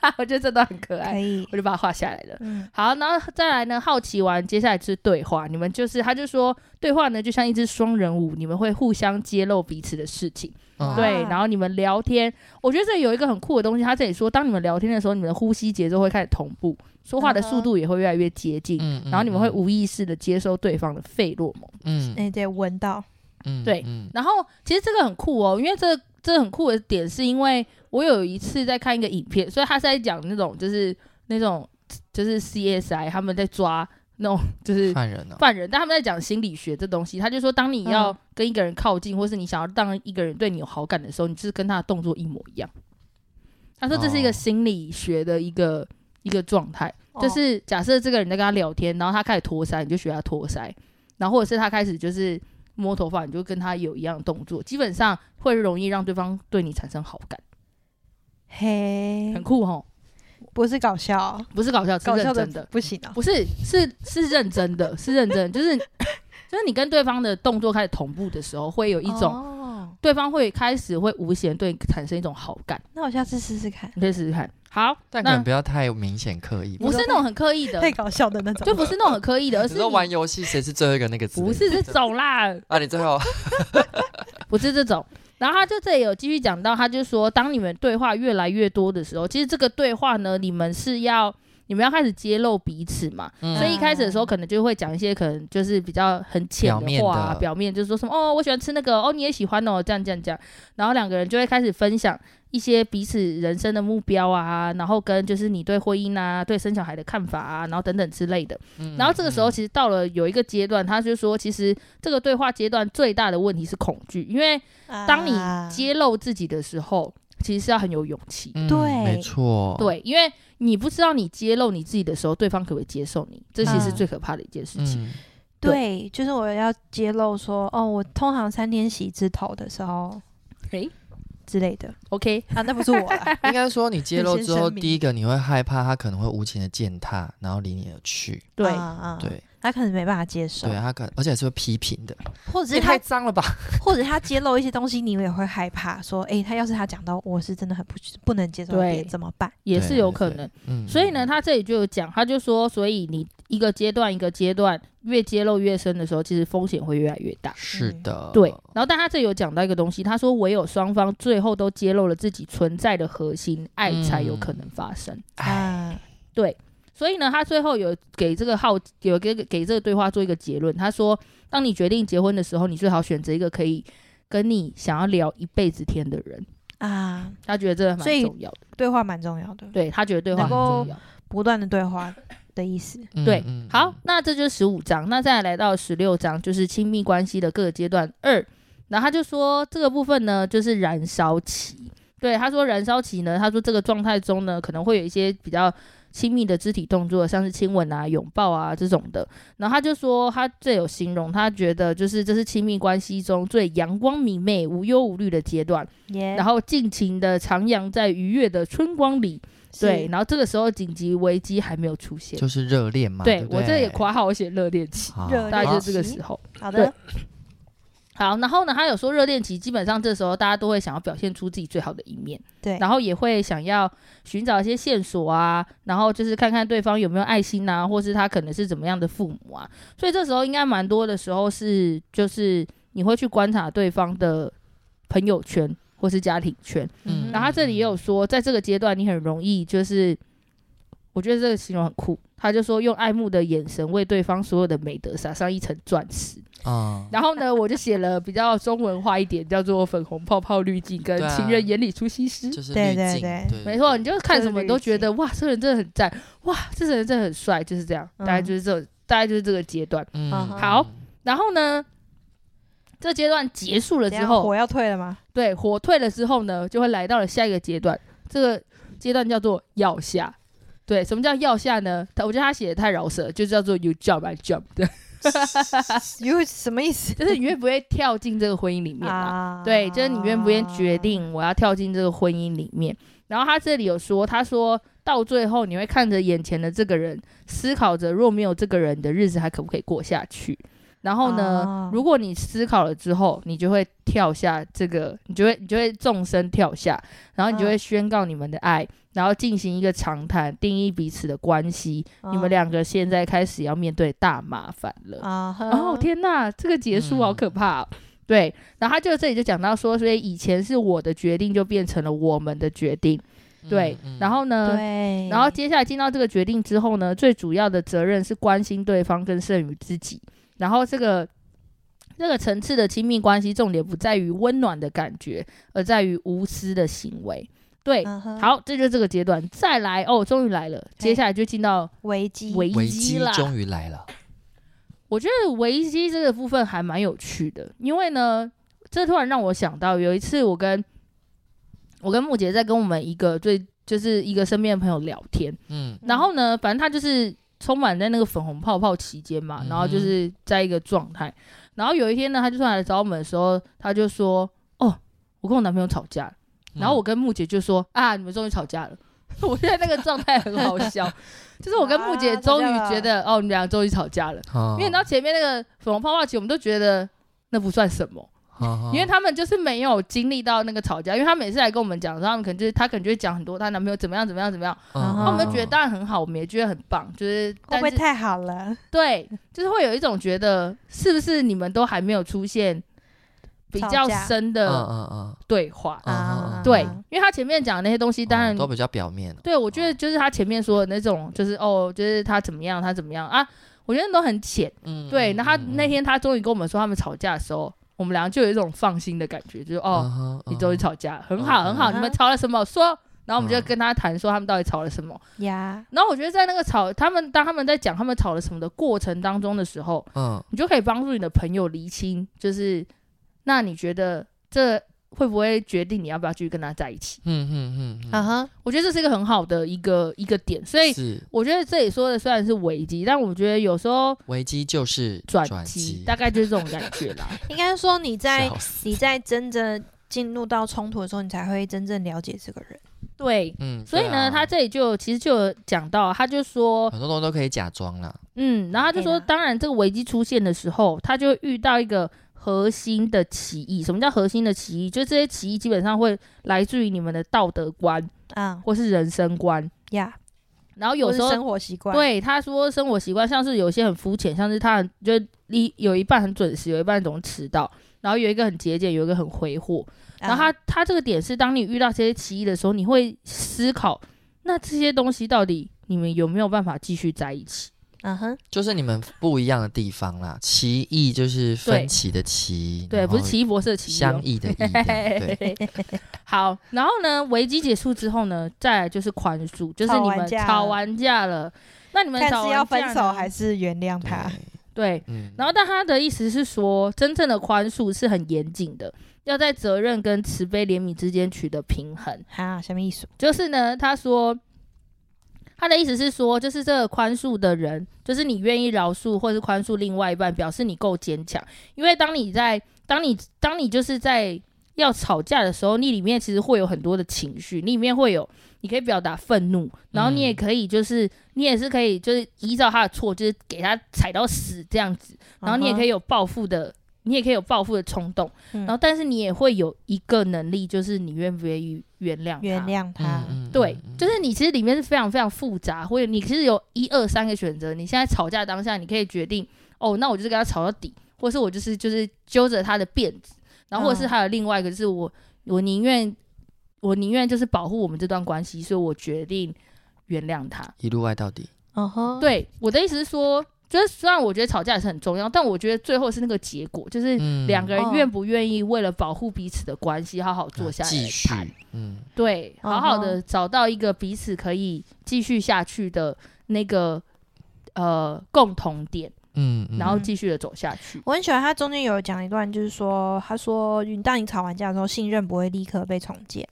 Speaker 2: 我觉得这段很可爱，
Speaker 1: 可以
Speaker 2: 我，就把它画下来了。
Speaker 1: 嗯，
Speaker 2: 好，然后再来呢，好奇完，接下来就是对话。你们就是，他就说，对话呢就像一支双人舞，你们会互相揭露彼此的事情。
Speaker 3: 嗯
Speaker 2: 对，
Speaker 1: 啊
Speaker 2: 然后你们聊天，我觉得这有一个很酷的东西，他这里说，当你们聊天的时候，你们的呼吸节奏会开始同步，说话的速度也会越来越接近，
Speaker 3: 嗯嗯
Speaker 2: 然后你们会
Speaker 3: 嗯
Speaker 2: 无意识的接收对方的费洛蒙。
Speaker 3: 嗯
Speaker 1: 哎、对，闻到，
Speaker 3: 嗯
Speaker 2: 对
Speaker 3: 嗯
Speaker 2: 然后其实这个很酷哦，因为这这很酷的点是因为我有一次在看一个影片，所以他是在讲那种就是那种就是 CSI 他们在抓那种就是
Speaker 3: 犯人哦，
Speaker 2: 犯人，但他们在讲心理学这东西，他就说，当你要
Speaker 1: 嗯
Speaker 2: 跟一个人靠近，或是你想要让一个人对你有好感的时候，你就是跟他的动作一模一样。他说这是一
Speaker 3: 哦
Speaker 2: 个心理学的一个、一个状态，就
Speaker 1: 哦
Speaker 2: 是假设这个人在跟他聊天，然后他开始托腮，你就学他托腮，然后或者是他开始就是摸头发，你就跟他有一样的动作，基本上会容易让对方对你产生好感，
Speaker 1: 嘿
Speaker 2: 很，酷哦，
Speaker 1: 不是搞笑哦，
Speaker 2: 不是搞笑，是
Speaker 1: 搞
Speaker 2: 认
Speaker 1: 笑
Speaker 2: 真的。
Speaker 1: 不行啊、
Speaker 2: 不是，是是认真的，是认真的，就是 就是你跟对方的动作开始同步的时候，会有一种、
Speaker 1: 哦
Speaker 2: 对方会开始会无形地对你产生一种好感，
Speaker 1: 那我下次试试看，
Speaker 2: 你可以试试看。好，
Speaker 3: 但可
Speaker 2: 那
Speaker 3: 能不要太明显刻意吧。
Speaker 2: 不是那种很刻意的，
Speaker 1: 太搞笑的那种，
Speaker 2: 就不是那种很刻意的，而
Speaker 3: 你
Speaker 2: 是
Speaker 3: 说
Speaker 2: 你
Speaker 3: 玩游戏谁是最后一个那个字？
Speaker 2: 不是这种啦，
Speaker 3: 啊，你 最后
Speaker 2: 不是这种。然后他就这里有继续讲到，他就说，当你们对话越来越多的时候，其实这个对话呢，你们是要你们要开始揭露彼此嘛，
Speaker 3: 嗯
Speaker 2: 所以一开始的时候，可能就会讲一些可能就是比较很浅
Speaker 3: 表面
Speaker 2: 的话、啊，
Speaker 3: 的
Speaker 2: 表面就是说什么哦，我喜欢吃那个，哦，你也喜欢哦，这样这样这样。然后两个人就会开始分享一些彼此人生的目标啊，然后跟就是你对婚姻啊、对生小孩的看法啊，然后等等之类的。
Speaker 3: 嗯
Speaker 2: 然后这个时候，
Speaker 3: 嗯
Speaker 2: 其实到了有一个阶段，他就说，其实这个对话阶段最大的问题是恐惧，因为当
Speaker 1: 啊
Speaker 2: 你揭露自己的时候，其实是要很有勇气。
Speaker 3: 嗯哦
Speaker 1: 对
Speaker 3: 没错，，
Speaker 2: 对，因为你不知道你揭露你自己的时候，对方可不可以接受你，这其实是
Speaker 1: 嗯
Speaker 2: 最可怕的一件事情。
Speaker 3: 嗯，
Speaker 1: 对，就是我要揭露说，哦，我通常三天洗一次头的时候
Speaker 2: 诶
Speaker 1: 之类的
Speaker 2: OK，
Speaker 1: 啊，那不是我啦，
Speaker 3: 应该说你揭露之
Speaker 1: 先
Speaker 3: 后，
Speaker 1: 声明
Speaker 3: 第一个你会害怕他可能会无情的践踏，然后离你而去，
Speaker 2: 对，
Speaker 1: 啊啊，
Speaker 3: 对
Speaker 1: 他可能没办法接受
Speaker 2: 啊
Speaker 3: 对，，啊他可而且是会批评的，
Speaker 1: 或者
Speaker 3: 也
Speaker 1: 是他
Speaker 3: 太脏了吧？
Speaker 1: 或者他揭露一些东西，你也会害怕，说，诶，他要是他讲到我是真的很不不能接受的
Speaker 2: 对
Speaker 1: 点怎么办？
Speaker 2: 也是有可能。
Speaker 3: 嗯，
Speaker 2: 所以呢，他这里就有讲，他就说，所以你一个阶段一个阶段越揭露越深的时候，其实风险会越来越大。
Speaker 3: 嗯是的，
Speaker 2: 对，然后但他这里有讲到一个东西，他说唯有双方最后都揭露了自己存在的核心，爱才有可能发生。
Speaker 3: 哎，
Speaker 1: 啊，
Speaker 2: 所以呢，他最后有给这个号有给给这个对话做一个结论，他说，当你决定结婚的时候，你最好选择一个可以跟你想要聊一辈子天的人。
Speaker 1: 啊，
Speaker 2: 他觉得这个蛮
Speaker 1: 所以
Speaker 2: 重要的，
Speaker 1: 对话蛮重要的，
Speaker 2: 对他觉得对话
Speaker 1: 能
Speaker 2: 很
Speaker 1: 够
Speaker 2: 重要。
Speaker 1: 不断的对话的意思。
Speaker 3: 嗯
Speaker 2: 对，
Speaker 3: 嗯
Speaker 2: 好
Speaker 3: 嗯，
Speaker 2: 那这就是十五章，那再来到十六章，就是亲密关系的各个阶段二。然后他就说这个部分呢，就是燃烧期。对，他说燃烧期呢，他说这个状态中呢，可能会有一些比较亲密的肢体动作，像是亲吻啊、拥抱啊这种的。然后他就说，他最有形容，他觉得就是这是亲密关系中最阳光明媚、无忧无虑的阶段，
Speaker 1: 耶
Speaker 2: 然后尽情的徜徉在愉悦的春光里。对，，然后这个时候紧急危机还没有出现。
Speaker 3: 就是热恋嘛，
Speaker 2: 对
Speaker 3: 对
Speaker 2: 我这也括号我写热恋期，
Speaker 3: 好
Speaker 1: 哦热
Speaker 2: 大概就
Speaker 1: 恋
Speaker 2: 是这个
Speaker 1: 期
Speaker 2: 时候。
Speaker 1: 好的，
Speaker 2: 好，然后呢，他有说热恋期基本上这时候大家都会想要表现出自己最好的一面，
Speaker 1: 对，
Speaker 2: 然后也会想要寻找一些线索啊，然后就是看看对方有没有爱心啊，或是他可能是怎么样的父母啊，所以这时候应该蛮多的时候是就是你会去观察对方的朋友圈或是家庭圈，
Speaker 3: 嗯
Speaker 2: 然后他这里也有说，在这个阶段，你很容易就是，我觉得这个形容很酷。他就说用爱慕的眼神为对方所有的美德撒上一层钻石。
Speaker 3: 嗯，
Speaker 2: 然后呢，我就写了比较中文化一点，叫做粉红泡泡滤镜跟
Speaker 3: 对啊
Speaker 2: 情人眼里出西施。
Speaker 3: 嗯就是
Speaker 1: 对
Speaker 3: 滤
Speaker 1: 对
Speaker 3: 镜
Speaker 1: 对
Speaker 3: 对，
Speaker 2: 没错，你就看什么
Speaker 1: 就是滤镜
Speaker 2: 都觉得哇，这个人真的很赞，哇，这个人真的很帅，就是这样，
Speaker 1: 嗯
Speaker 2: 大概就是这，大概就是这个阶段。
Speaker 3: 嗯
Speaker 1: 嗯
Speaker 2: 好然后呢，这阶段结束了
Speaker 1: 怎
Speaker 2: 之
Speaker 1: 样
Speaker 2: 后
Speaker 1: 火，要退了 吗？
Speaker 2: 对火退了之后呢，就会来到了下一个阶段，这个阶段叫做药下。对，什么叫药下呢？他我觉得他写的太饶舌了，就叫做 you jump I jump 的，
Speaker 1: 有什么意思？
Speaker 2: 就是你愿不愿意跳进这个婚姻里面啊？ 对，就是你愿不愿意决定我要跳进这个婚姻里面。然后他这里有说，他说到最后你会看着眼前的这个人，思考着若没有这个人，你的日子还可不可以过下去？然后呢，
Speaker 3: 嗯
Speaker 1: 啊
Speaker 2: 如果你思考了之后，你就会跳下这个，你就会你就会纵身跳下，然后你就会
Speaker 1: 嗯
Speaker 2: 宣告你们的爱，然后进行一个长谈，定义彼此的关系。
Speaker 3: 嗯
Speaker 2: 你们两个现在开始要面对大麻烦了。
Speaker 1: 啊，
Speaker 3: 嗯
Speaker 2: 哦天呐，这个结束好可怕哦、对，然后他就这里就讲到说，所以以前是我的决定，就变成了我们的决定。对，
Speaker 3: 嗯嗯
Speaker 2: 然后呢，
Speaker 1: 对，
Speaker 2: 然后接下来进到这个决定之后呢，最主要的责任是关心对方跟胜于自己。然后这个这个层次的亲密关系，重点不在于温暖的感觉，而在于无私的行为。对，
Speaker 1: 嗯哼
Speaker 2: 好，这就是这个阶段。再来哦，终于来了，接下来就进到
Speaker 1: 危机，
Speaker 2: 危
Speaker 3: 危
Speaker 2: 机
Speaker 3: 机
Speaker 2: 啦。
Speaker 3: 终于来 了，
Speaker 2: 我觉得危机这个部分还蛮有趣的，因为呢，这突然让我想到有一次我跟我跟木姐在跟我们一个最就是一个身边的朋友聊天，
Speaker 3: 嗯，
Speaker 2: 然后呢，反正他就是充满在那个粉红泡泡期间嘛，然后就
Speaker 3: 嗯哼
Speaker 2: 是在一个状态。然后有一天呢，他就突然来找我们的时候，他就说：“哦，我跟我男朋友吵架。”
Speaker 3: 嗯
Speaker 2: 然后我跟木姐就说：“啊，你们终于吵架了。” 我觉得那个状态很好 笑，就是我跟木姐
Speaker 1: 啊
Speaker 2: 终于
Speaker 1: 吵架了
Speaker 2: 觉得哦，你们俩终于吵架了。
Speaker 3: 嗯，
Speaker 2: 因为你知道前面那个粉红泡泡期，我们都觉得那不算什么，
Speaker 3: 哦，
Speaker 2: 因为他们就是没有经历到那个吵架。因为他每次来跟我们讲的时候，他们可能就是他可能就会讲很多她男朋友怎么样怎么样怎么样，
Speaker 3: 嗯
Speaker 1: 然
Speaker 2: 那
Speaker 1: 后
Speaker 2: 我们觉得当然很好，我们也觉得很棒，就是
Speaker 1: 嗯会
Speaker 2: 但
Speaker 1: 不
Speaker 2: 是
Speaker 1: 会太好了？
Speaker 2: 对，就是会有一种觉得是不是你们都还没有出现比较
Speaker 1: 吵架
Speaker 2: 深
Speaker 3: 嗯
Speaker 2: 的
Speaker 3: 嗯嗯
Speaker 2: 对话，
Speaker 3: 嗯嗯，
Speaker 2: 对
Speaker 1: 啊，
Speaker 2: 因为他前面讲的那些东西，当然、
Speaker 3: 哦都比嗯较表面，
Speaker 2: 对我觉得就是他前面说的那种，就是哦，就是他怎么样，他怎么样啊，我觉得都很浅。
Speaker 3: 嗯，
Speaker 2: 对，
Speaker 3: 嗯
Speaker 2: 那他那，天他终于跟我们说他们吵架的时候，我们俩就有一种放心的感觉，就是
Speaker 3: 嗯
Speaker 2: 哦，
Speaker 3: 嗯
Speaker 2: 你终于
Speaker 3: 嗯
Speaker 2: 吵架，很好
Speaker 3: 嗯
Speaker 2: 很好，
Speaker 1: 嗯
Speaker 2: 你们吵了什么说？然后我们就
Speaker 3: 嗯
Speaker 2: 跟他谈说他们到底吵了什么。
Speaker 1: 呀，
Speaker 2: 然后我觉得在那个吵，他们当他们在讲他们吵了什么的过程当中的时候，
Speaker 3: 嗯
Speaker 2: 你就可以帮助你的朋友厘清，就是那你觉得这会不会决定你要不要继续跟他在一起？
Speaker 3: 嗯嗯嗯，
Speaker 1: 啊哈，
Speaker 2: 我觉得这是一个很好的一个一个点，所以
Speaker 3: 是
Speaker 2: 我觉得这里说的虽然是危机，但我觉得有时候
Speaker 3: 危机就是
Speaker 2: 转机
Speaker 3: 机，
Speaker 2: 大概就是这种感觉啦。
Speaker 1: 应该说你
Speaker 2: 啊
Speaker 1: 在
Speaker 3: 笑死
Speaker 1: 你在真正进入到冲突的时候，你才会真正了解这个人。
Speaker 2: 对，
Speaker 3: 嗯，
Speaker 2: 所以
Speaker 3: 对
Speaker 2: 呢，
Speaker 3: 啊
Speaker 2: 他这里就其实就有讲到，他就说，
Speaker 3: 很多东西都可以假装啦，
Speaker 2: 嗯，然后他
Speaker 1: 对
Speaker 2: 就
Speaker 1: 啊
Speaker 2: 说，
Speaker 1: 啦
Speaker 2: 当然这个危机出现的时候，他就会遇到一个核心的歧义。什么叫核心的歧义？就这些歧义基本上会来自于你们的道德观
Speaker 1: 啊
Speaker 2: 或是人生观，
Speaker 1: 呀，
Speaker 2: 然后
Speaker 1: 或
Speaker 2: 嗯有
Speaker 1: 是
Speaker 2: 时候。
Speaker 1: 生活习惯，嗯
Speaker 2: 对他说，生活习惯像是有些很肤浅，像是他很就一有一半很准时，有一半总是迟到，然后有一个很节俭，有一个很挥霍。
Speaker 1: 啊，
Speaker 2: 然后他他这个点是，当你遇到这些歧义的时候，你会思考，那这些东西到底你们有没有办法继续在一起？
Speaker 1: 嗯哼，
Speaker 3: 就是你们不一样的地方啦。歧义就是分歧的歧，
Speaker 2: 对，
Speaker 3: 然
Speaker 2: 不
Speaker 3: 后
Speaker 2: 是奇异博士的奇异、哦
Speaker 3: 相，异的 异，对，
Speaker 2: 好，然后呢，危机结束之后呢，再来就是宽恕，就是
Speaker 1: 吵
Speaker 2: 你
Speaker 1: 完
Speaker 2: 们
Speaker 1: 架
Speaker 2: 吵完架了，那你们
Speaker 1: 但
Speaker 2: 吵
Speaker 1: 是
Speaker 2: 完
Speaker 1: 要分
Speaker 2: 架
Speaker 1: 手
Speaker 2: 呢
Speaker 1: 还是原谅
Speaker 3: 对
Speaker 1: 他？
Speaker 2: 对。
Speaker 3: 嗯，
Speaker 2: 然后，但他的意思是说，真正的宽恕是很严谨的，要在责任跟慈悲怜悯之间取得平衡。
Speaker 1: 哈，什么意思？
Speaker 2: 就是呢，他说他的意思是说，就是这个宽恕的人，就是你愿意饶恕或是宽恕另外一半，表示你够坚强。因为当你在当你当你就是在要吵架的时候，你里面其实会有很多的情绪，你里面会有你可以表达愤怒，然后你也可以就是、你也是可以就是依照他的错，就是给他踩到死这样子，然后你也可以有报复的。你也可以有报复的冲动，
Speaker 1: 嗯
Speaker 2: 然后但是你也会有一个能力，就是你愿不愿意原谅他
Speaker 1: 原谅他。
Speaker 3: 嗯
Speaker 2: 对，就是是你其实里面是非常非常复杂，或者你其实有一二三个选择。你现在吵架当下，你可以决定，哦，那我就是跟他吵到底，或是我就是就是揪着他的辫子，然后或者是
Speaker 1: 嗯
Speaker 2: 还有另外一个，就是我我宁愿我宁愿就是保护我们这段关系，所以我决定原谅他。
Speaker 3: 一路爱到底，
Speaker 1: 嗯
Speaker 3: 哦
Speaker 1: 哼，
Speaker 2: 对，我的意思是说，就是虽然我觉得吵架也是很重要，但我觉得最后是那个结果，就是
Speaker 3: 嗯
Speaker 2: 两个人
Speaker 1: 哦
Speaker 2: 愿不愿意为了保护彼此的关系，好好坐下来
Speaker 3: 啊继续
Speaker 2: 谈。，
Speaker 3: 嗯，
Speaker 2: 对，好好
Speaker 1: 嗯
Speaker 2: 的找到一个彼此可以继续下去的那个呃共同点，
Speaker 3: 嗯，嗯
Speaker 2: 然后继续的走下去。
Speaker 1: 我很喜欢他中间有讲一段，就是说，他说，你当你吵完架的时候，信任不会立刻被重建，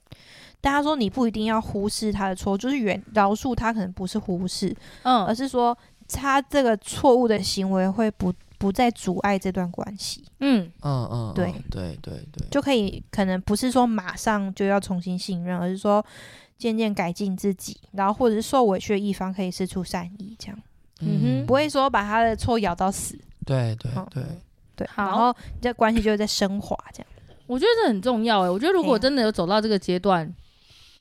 Speaker 1: 但他说你不一定要忽视他的错，就是原饶恕他可能不是忽视，
Speaker 2: 嗯，
Speaker 1: 而是说他这个错误的行为会不不再阻碍这段关系，
Speaker 2: 嗯，
Speaker 3: 嗯嗯，嗯
Speaker 1: 对
Speaker 3: 对对对，
Speaker 1: 就可以可能不是说马上就要重新信任，而是说渐渐改进自己，然后或者是受委屈的一方可以施出善意，这样
Speaker 2: 嗯哼哦
Speaker 1: 不会说把他的错咬到死，
Speaker 3: 对对
Speaker 1: 嗯
Speaker 3: 对，
Speaker 1: 对，
Speaker 2: 好
Speaker 1: 然后你这关系就会在升华，这样。
Speaker 2: 欸我觉得这很重要哎、我觉得如果真的有走到这个阶段，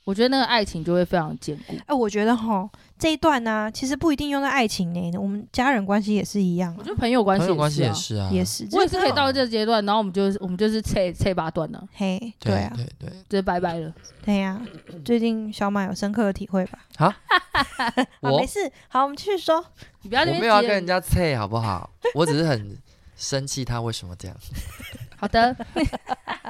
Speaker 2: 我觉得那个爱情就会非常坚固。
Speaker 1: 哎、我觉得哈这一段呢、其实不一定用在爱情呢，我们家人关系也是一样、
Speaker 2: 我
Speaker 1: 啊
Speaker 2: 觉，得朋友关系
Speaker 3: 朋友关系
Speaker 2: 也
Speaker 3: 也
Speaker 2: 啊，
Speaker 3: 是啊，
Speaker 1: 也是，
Speaker 2: 我也
Speaker 1: 就是
Speaker 2: 可以到这个阶段，然后我们就是我们就是切切八段了，
Speaker 1: 嘿，对
Speaker 3: 对
Speaker 1: 啊，
Speaker 3: 对对，
Speaker 2: 就是拜拜了。
Speaker 1: 对呀、最近小马有深刻的体会吧？啊，
Speaker 3: 我
Speaker 1: 没事， 好，我们继续说。
Speaker 2: 你不要
Speaker 3: 我
Speaker 2: 那边
Speaker 3: 没有要
Speaker 2: 急了
Speaker 3: 跟人家脆好不 好？我只是很生气他为什么这样，
Speaker 2: 好的，哎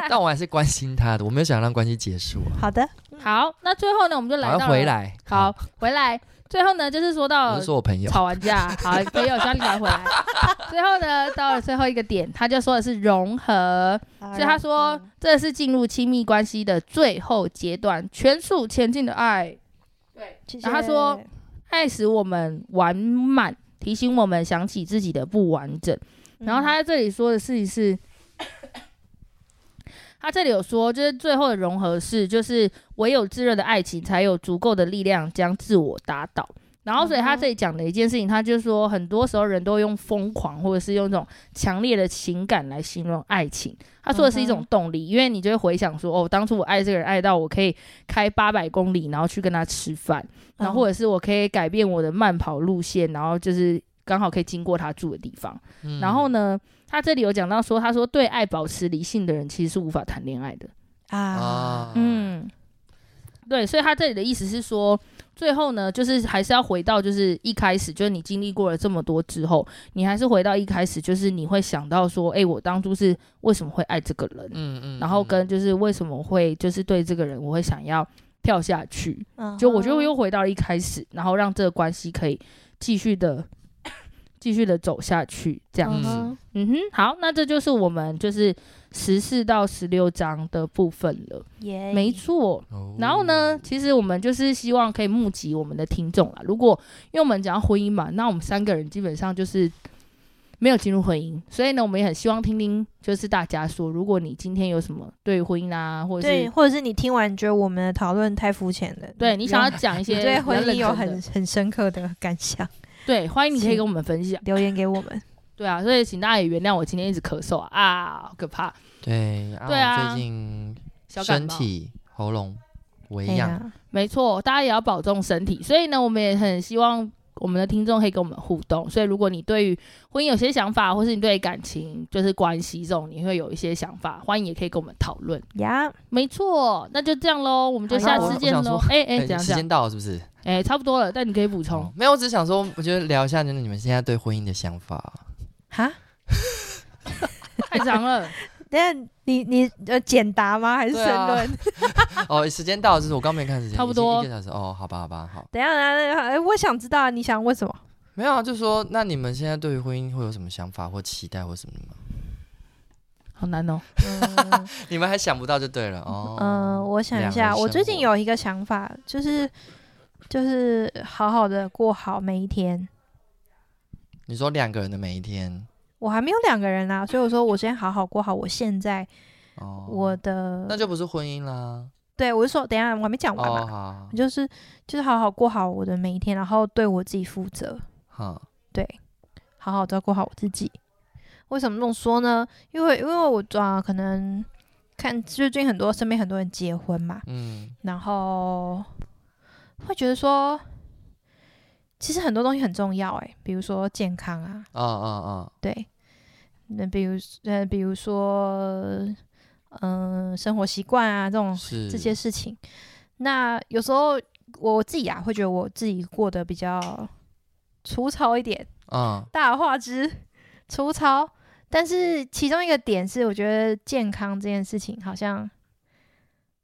Speaker 3: 但我还是关心他的，我没有想让关系结束 啊，
Speaker 1: 好的，
Speaker 2: 好，那最后呢，我们就来
Speaker 3: 好
Speaker 2: 到
Speaker 3: 要
Speaker 2: 了
Speaker 3: 回，来，
Speaker 2: 好，回来。最后呢，就是说
Speaker 3: 我
Speaker 2: 到
Speaker 3: 是说我朋友，
Speaker 2: 吵完架，好，没有小李拿回来。最后呢，到了最后一个点，他就说的是融合，
Speaker 1: 所
Speaker 2: 所以他说这是进入亲密关系的最后阶段，全速前进的爱，然后他说爱使我们完满，提醒我们想起自己的不完整。
Speaker 1: 嗯
Speaker 2: 然后他在这里说的事情是，他这里有说，就是最后的融合是，就是唯有炙热的爱情才有足够的力量将自我打倒。然后，所以他这里讲的一件事情，他就说，很多时候人都用疯狂或者是用一种强烈的情感来形容爱情。他说的是一种动力，因为你就会回想说，哦，当初我爱这个人爱到我可以开八百公里，然后去跟他吃饭，然
Speaker 1: 嗯
Speaker 2: 后或者是我可以改变我的慢跑路线，然后就是刚好可以经过他住的地方。
Speaker 3: 嗯
Speaker 2: 然后呢，他这里有讲到说，他说对爱保持理性的人其实是无法谈恋爱的。
Speaker 1: 啊，
Speaker 3: 啊，
Speaker 2: 嗯，对，所以他这里的意思是说，最后呢，就是还是要回到就是一开始，就是你经历过了这么多之后，你还是回到一开始，就是你会想到说，哎、我当初是为什么会爱这个人，
Speaker 3: 嗯嗯，
Speaker 2: 然后
Speaker 3: 嗯
Speaker 2: 跟就是为什么会就是对这个人我会想要跳下去，
Speaker 1: 嗯
Speaker 2: 就我觉得我又回到了一开始，然后让这个关系可以继续的继续的走下去，这样
Speaker 3: 嗯
Speaker 2: 子。嗯哼，好，那这就是我们就是十四到十六章的部分了，
Speaker 1: 耶，
Speaker 2: 没错。
Speaker 3: 哦
Speaker 2: 然后呢，其实我们就是希望可以募集我们的听众啦。如果因为我们讲到婚姻嘛，那我们三个人基本上就是没有进入婚姻，所以呢，我们也很希望听听就是大家说，如果你今天有什么对于婚姻啊，或者
Speaker 1: 对，
Speaker 2: 是
Speaker 1: 或者是你听完觉得我们的讨论太肤浅了，
Speaker 2: 对你想要讲一
Speaker 1: 你
Speaker 2: 些
Speaker 1: 对
Speaker 2: 比较
Speaker 1: 婚姻
Speaker 2: 认
Speaker 1: 有
Speaker 2: 真的
Speaker 1: 很很深刻的感想，
Speaker 2: 对，欢迎你可以跟我们分享。
Speaker 1: 留言给我们。
Speaker 2: 对啊，所以请大家也原谅我今天一直咳嗽啊，啊好可怕，
Speaker 3: 对，
Speaker 2: 对
Speaker 3: 啊，
Speaker 2: 啊
Speaker 3: 我最近
Speaker 2: 小感
Speaker 3: 身
Speaker 2: 冒。
Speaker 3: 体喉咙微
Speaker 1: 哎
Speaker 3: 恙，
Speaker 1: 呀，
Speaker 2: 没错，大家也要保重身体。所以呢，我们也很希望我们的听众可以跟我们互动。所以，如果你对于婚姻有些想法，或是你对感情就是关系这种，你会有一些想法，欢迎也可以跟我们讨论。
Speaker 1: 呀，
Speaker 2: 没错，那就这样喽，我们就
Speaker 1: 好
Speaker 2: 下
Speaker 1: 那我
Speaker 2: 次
Speaker 1: 我
Speaker 2: 见
Speaker 3: 想
Speaker 2: 喽
Speaker 3: 说。
Speaker 2: 哎哎，
Speaker 3: 哎
Speaker 2: 怎样
Speaker 3: 时
Speaker 2: 怎样？
Speaker 3: 间到了是不是？
Speaker 2: 哎、差不多了，但你可以补充
Speaker 3: 哦。没有，我只是想说，我觉得聊一下就是你们现在对婚姻的想 法。
Speaker 1: 哈，
Speaker 2: 太长了，
Speaker 1: 等一下你你呃简答吗？还是
Speaker 3: 对
Speaker 1: 申
Speaker 3: 啊
Speaker 1: 论？
Speaker 3: 哦，时间到了，就是我刚没看时间，
Speaker 2: 差不
Speaker 3: 已经
Speaker 2: 多
Speaker 3: 一个小时。哦，好吧，好吧，好。
Speaker 1: 等一下，等一下，哎，我想知道你想问什 么？
Speaker 3: 没有啊，就说那你们现在对于婚姻会有什么想法或期待或什么吗？
Speaker 2: 好 难哦。
Speaker 1: 嗯
Speaker 3: 你们还想不到就对了哦。
Speaker 1: 嗯，我想一
Speaker 3: 两
Speaker 1: 下，
Speaker 3: 人
Speaker 1: 我最
Speaker 3: 生
Speaker 1: 近
Speaker 3: 活
Speaker 1: 有一个想法，就是就是好好的过好每一天。
Speaker 3: 你说两个人的每一天，
Speaker 1: 我还没有两个人啦、所以我说我先好好过好我现在
Speaker 3: 哦，
Speaker 1: 我的。
Speaker 3: 那就不是婚姻啦。
Speaker 1: 对我是说，等一下我还没讲完嘛，
Speaker 3: 哦，好，
Speaker 1: 就是就是好好过好我的每一天，然后对我自己负责，
Speaker 3: 好，
Speaker 1: 好好照顾好我自己。为什么这么说呢？因为因为我啊、可能看最近很多身边很多人结婚嘛，
Speaker 3: 嗯，
Speaker 1: 然后会觉得说，其实很多东西很重要诶，比如说健康啊，
Speaker 3: 哦哦哦，
Speaker 1: 对，那比如呃，比如说嗯、生活习惯啊这种
Speaker 3: 是
Speaker 1: 这些事情。那有时候我自己啊，会觉得我自己过得比较粗糙一点，
Speaker 3: 嗯
Speaker 1: 大而化之，粗糙。但是其中一个点是，我觉得健康这件事情好像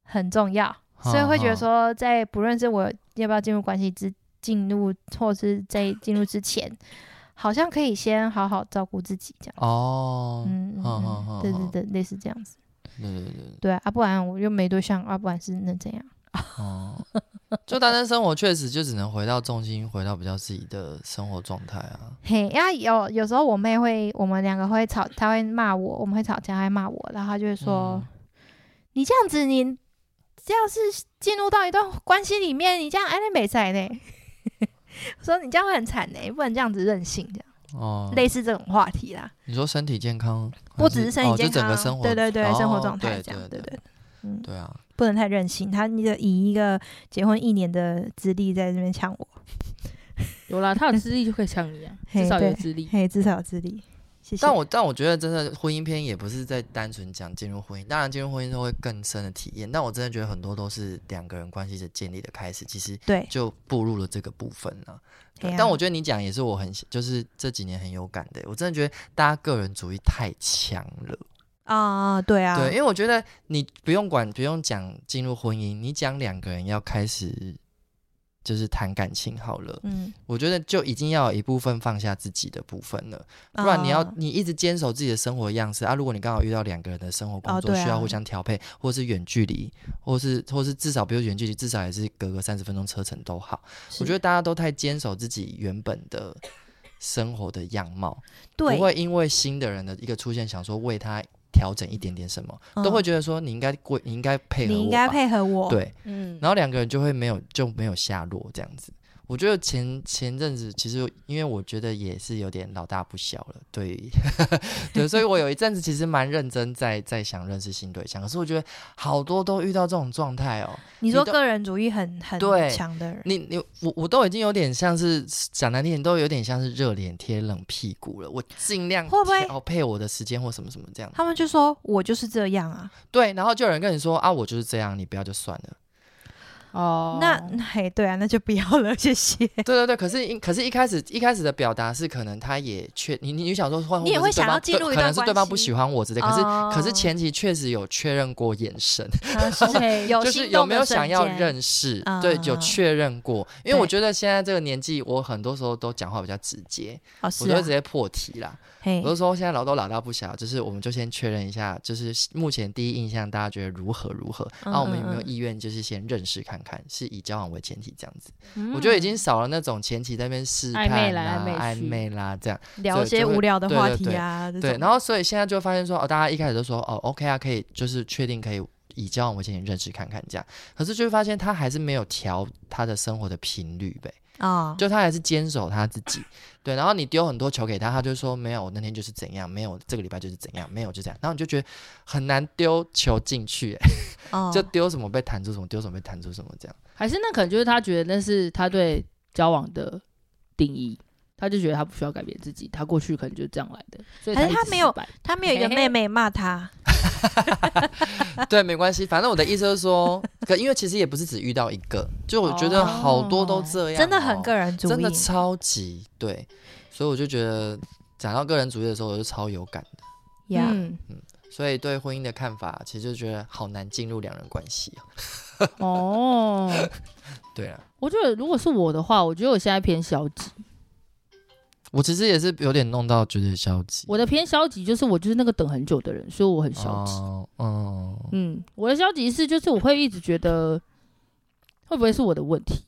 Speaker 1: 很重要，所以会觉得说，在不论是我要不要进入关系之进入，或是在进入之前，好像可以先好好照顾自己这样。
Speaker 3: 哦，
Speaker 1: 嗯，嗯
Speaker 3: 好好
Speaker 1: 嗯
Speaker 3: 好
Speaker 1: 对
Speaker 3: 好
Speaker 1: 对对，类似这样子。
Speaker 3: 对对对，
Speaker 1: 对啊，啊不然我又没对象，啊不然是能怎样？
Speaker 3: 哦， 就单身生活确实就只能回到重心，回到比较自己的生活状态啊。
Speaker 1: 嘿，因为有有时候我妹会，我们两个会吵，她会骂我，我们会吵架，她会骂我，然后她就会
Speaker 3: 嗯
Speaker 1: 说：“你这样子，你这样是进入到一段关系里面，你这样哎，那没赛呢。” 我说：“你这样会很惨呢，不能这样子任性，这样、
Speaker 3: 哦，
Speaker 1: 类似这种话题啦，
Speaker 3: 你说身体健康，哦
Speaker 1: 不只是身体健康，啊
Speaker 3: 哦、就整个生活，
Speaker 1: 对对对，
Speaker 3: 哦
Speaker 1: 生活状态
Speaker 3: 对
Speaker 1: 这样，
Speaker 3: 对
Speaker 1: 对对，
Speaker 3: 对啊。
Speaker 1: 不能太任性。他你的以一个结婚一年的资历在这边呛我，
Speaker 2: 有啦，他有资历就可以像你啊，
Speaker 1: 嘿
Speaker 2: 至少有
Speaker 1: 对
Speaker 2: 资历。
Speaker 1: 嘿，至少有资历，谢谢。
Speaker 3: 但我但我觉得真的婚姻篇也不是在单纯讲进入婚姻，当然进入婚姻后会更深的体验，但我真的觉得很多都是两个人关系的建立的开始，其实
Speaker 1: 对，
Speaker 3: 就步入了这个部分了、对
Speaker 1: 嘿啊
Speaker 3: 但我觉得你讲也是我很就是这几年很有感的，我真的觉得大家个人主义太强了。
Speaker 1: 啊、对啊，
Speaker 3: 对，因为我觉得你不用管，不用讲进入婚姻，你讲两个人要开始就是谈感情好了，
Speaker 1: 嗯，
Speaker 3: 我觉得就已经要有一部分放下自己的部分了，不然你要、
Speaker 1: 啊
Speaker 3: 你一直坚守自己的生活样式啊。如果你刚好遇到两个人的生活工
Speaker 1: 哦
Speaker 3: 作、
Speaker 1: 对啊
Speaker 3: 需要互相调配，或是远距离，或是或是至少不是远距离，至少也是隔个三十分钟车程都好。我
Speaker 1: 是
Speaker 3: 觉得大家都太坚守自己原本的生活的样貌，
Speaker 1: 对，
Speaker 3: 不会因为新的人的一个出现，想说为他调整一点点什么，都
Speaker 1: 嗯
Speaker 3: 会觉得说你应该过，你应该配合我吧，
Speaker 1: 你应该配合我，，
Speaker 3: 对，
Speaker 1: 嗯，
Speaker 3: 然后两个人就会没有就没有下落这样子。我觉得前前阵子其实因为我觉得也是有点老大不小了，对 于对，所以我有一阵子其实蛮认真在在想认识新对象，可是我觉得好多都遇到这种状态哦。
Speaker 1: 你说
Speaker 3: 都
Speaker 1: 个人主义很很
Speaker 3: 对
Speaker 1: 强的人，
Speaker 3: 你你我我都已经有点像是讲难听点，都有点像是热脸贴冷屁股了。我尽量
Speaker 1: 会不会
Speaker 3: 调配我的时间或什么什么这样。
Speaker 1: 他们就说我就是这样啊，
Speaker 3: 对，然后就有人跟你说啊，我就是这样，你不要就算了。
Speaker 2: 哦，
Speaker 1: 那嘿，对啊，那就不要了，谢谢。
Speaker 3: 对对对，可是一可是一开始一开始的表达是可能他也确你你你想说换，
Speaker 1: 你也
Speaker 3: 或者
Speaker 1: 会
Speaker 3: 是对
Speaker 1: 想要
Speaker 3: 方
Speaker 1: 进入
Speaker 3: 对
Speaker 1: 一
Speaker 3: 可
Speaker 1: 段
Speaker 3: 能是对
Speaker 1: 关
Speaker 3: 方不
Speaker 1: 系
Speaker 3: 喜欢我之类，可是、可是
Speaker 1: 哦
Speaker 3: 前期确实有确认过眼神，
Speaker 1: 啊 是
Speaker 2: OK
Speaker 1: 有
Speaker 3: 就是
Speaker 1: 心
Speaker 3: 有
Speaker 1: 动
Speaker 3: 没
Speaker 1: 的
Speaker 3: 有
Speaker 1: 瞬
Speaker 3: 想要
Speaker 1: 间
Speaker 3: 认识，对，有
Speaker 1: 嗯
Speaker 3: 确认过，因为我
Speaker 1: 对
Speaker 3: 觉得现在这个年纪，我很多时候都讲话比较直接，
Speaker 1: 哦，
Speaker 3: 我
Speaker 1: 是
Speaker 3: 就
Speaker 1: 啊
Speaker 3: 会直，接破题啦。
Speaker 1: 嘿
Speaker 3: 我，就说现在老都老大不小，就是我们就先确认一下，就是目前第一印象大家觉得如何如何，然
Speaker 1: 嗯
Speaker 3: 后我们有没有
Speaker 1: 嗯嗯
Speaker 3: 意愿就是先认识看看，是以交往为前提这样子。
Speaker 2: 嗯
Speaker 3: 我觉得已经少了那种前期在那边试探
Speaker 2: 暧昧啦
Speaker 3: 啊
Speaker 2: 暧昧
Speaker 3: 暧
Speaker 2: 去
Speaker 3: 昧啦这样。
Speaker 1: 聊
Speaker 3: 对
Speaker 1: 一些
Speaker 3: 就会
Speaker 1: 无聊的
Speaker 3: 对
Speaker 1: 话
Speaker 3: 对
Speaker 1: 题
Speaker 3: 对
Speaker 1: 啊，这
Speaker 3: 对，
Speaker 1: 种
Speaker 3: 然后所以现在就发现说，哦，大家一开始都说，哦，OK 啊，可以，就是确定可以以交往为前提认识看看这样。可是就会发现他还是没有调他的生活的频率呗，
Speaker 1: 啊，
Speaker 3: 就他还是坚守他自己。对，然后你丢很多球给他，他就说没有，我那天就是怎样，没有这个礼拜就是怎样，没有就这样。然后你就觉得很难丢球进去、欸
Speaker 1: 哦
Speaker 3: 就丢什么被弹出什么，丢什么被弹出什么这样。
Speaker 2: 还是那可能就是他觉得那是他对交往的定义，他就觉得他不需要改变自己，他过去可能就是这样来的，所以
Speaker 1: 还是
Speaker 2: 才一
Speaker 1: 他
Speaker 2: 直
Speaker 1: 没有
Speaker 2: 失败
Speaker 1: 他们有一个
Speaker 2: 嘿嘿
Speaker 1: 妹妹骂他，
Speaker 3: 对，没关系，反正我的意思就是说，可因为其实也不是只遇到一个，就我觉得好多都这样哦、
Speaker 1: 真的很个人主义，
Speaker 3: 真的超级对，所以我就觉得讲到个人主义的时候，我就超有感的。
Speaker 1: 呀。
Speaker 2: 嗯
Speaker 3: 所以对婚姻的看法，其实就觉得好难进入两人关系哦。
Speaker 2: 哦，
Speaker 3: 对啊，
Speaker 2: 我觉得如果是我的话，我觉得我现在偏消极。
Speaker 3: 我其实也是有点弄到觉得消极，
Speaker 2: 我的偏消极就是我就是那个等很久的人，所以我很消极。
Speaker 3: 哦，嗯，
Speaker 2: 嗯，我的消极是就是我会一直觉得会不会是我的问题？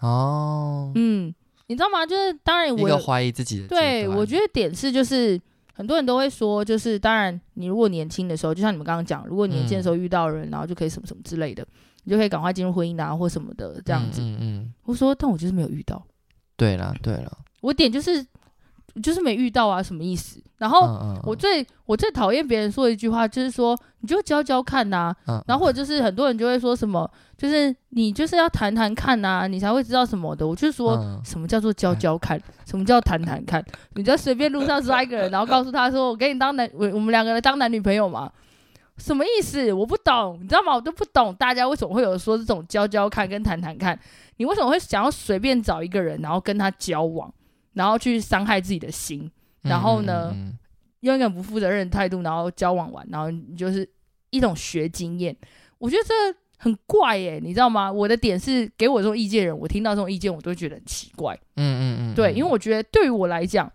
Speaker 3: 哦，
Speaker 2: 嗯，你知道吗？就是当然
Speaker 3: 一
Speaker 2: 我
Speaker 3: 个怀疑自己的阶段，
Speaker 2: 对，我觉得点是就是很多人都会说，就是当然你如果年轻的时候，就像你们刚刚讲，如果年轻的时候
Speaker 3: 嗯
Speaker 2: 遇到人，然后就可以什么什么之类的，你就可以赶快进入婚姻啊或什么的这样子。
Speaker 3: 嗯嗯嗯，
Speaker 2: 我说，但我就是没有遇到，
Speaker 3: 对啦对啦，
Speaker 2: 我点就是就是没遇到啊，什么意思？然后。
Speaker 3: 嗯嗯，
Speaker 2: 我
Speaker 3: 嗯
Speaker 2: 最我最讨厌别人说一句话，就是说你就教教看呐、
Speaker 3: 嗯
Speaker 2: 然后或者就是很多人就会说什么，就是你就是要谈谈看呐、你才会知道什么的。我就说，
Speaker 3: 嗯
Speaker 2: 什么叫做教教看？什么叫谈谈看？你就随便路上抓一个人，然后告诉他说：“我给你当男，我我们两个人当男女朋友嘛？”什么意思？我不懂，你知道吗？我都不懂大家为什么会有说这种教教看跟谈谈看。你为什么会想要随便找一个人，然后跟他交往，然后去伤害自己的心，然后呢
Speaker 3: 嗯嗯嗯嗯
Speaker 2: 用一个很不负责任的态度，然后交往完，然后你就是一种学经验。我觉得这很怪耶、你知道吗？我的点是给我这种意见的人，我听到这种意见，我都会觉得很奇怪。
Speaker 3: 嗯嗯嗯，
Speaker 2: 对，因为
Speaker 3: 为
Speaker 2: 我觉得对于我来讲，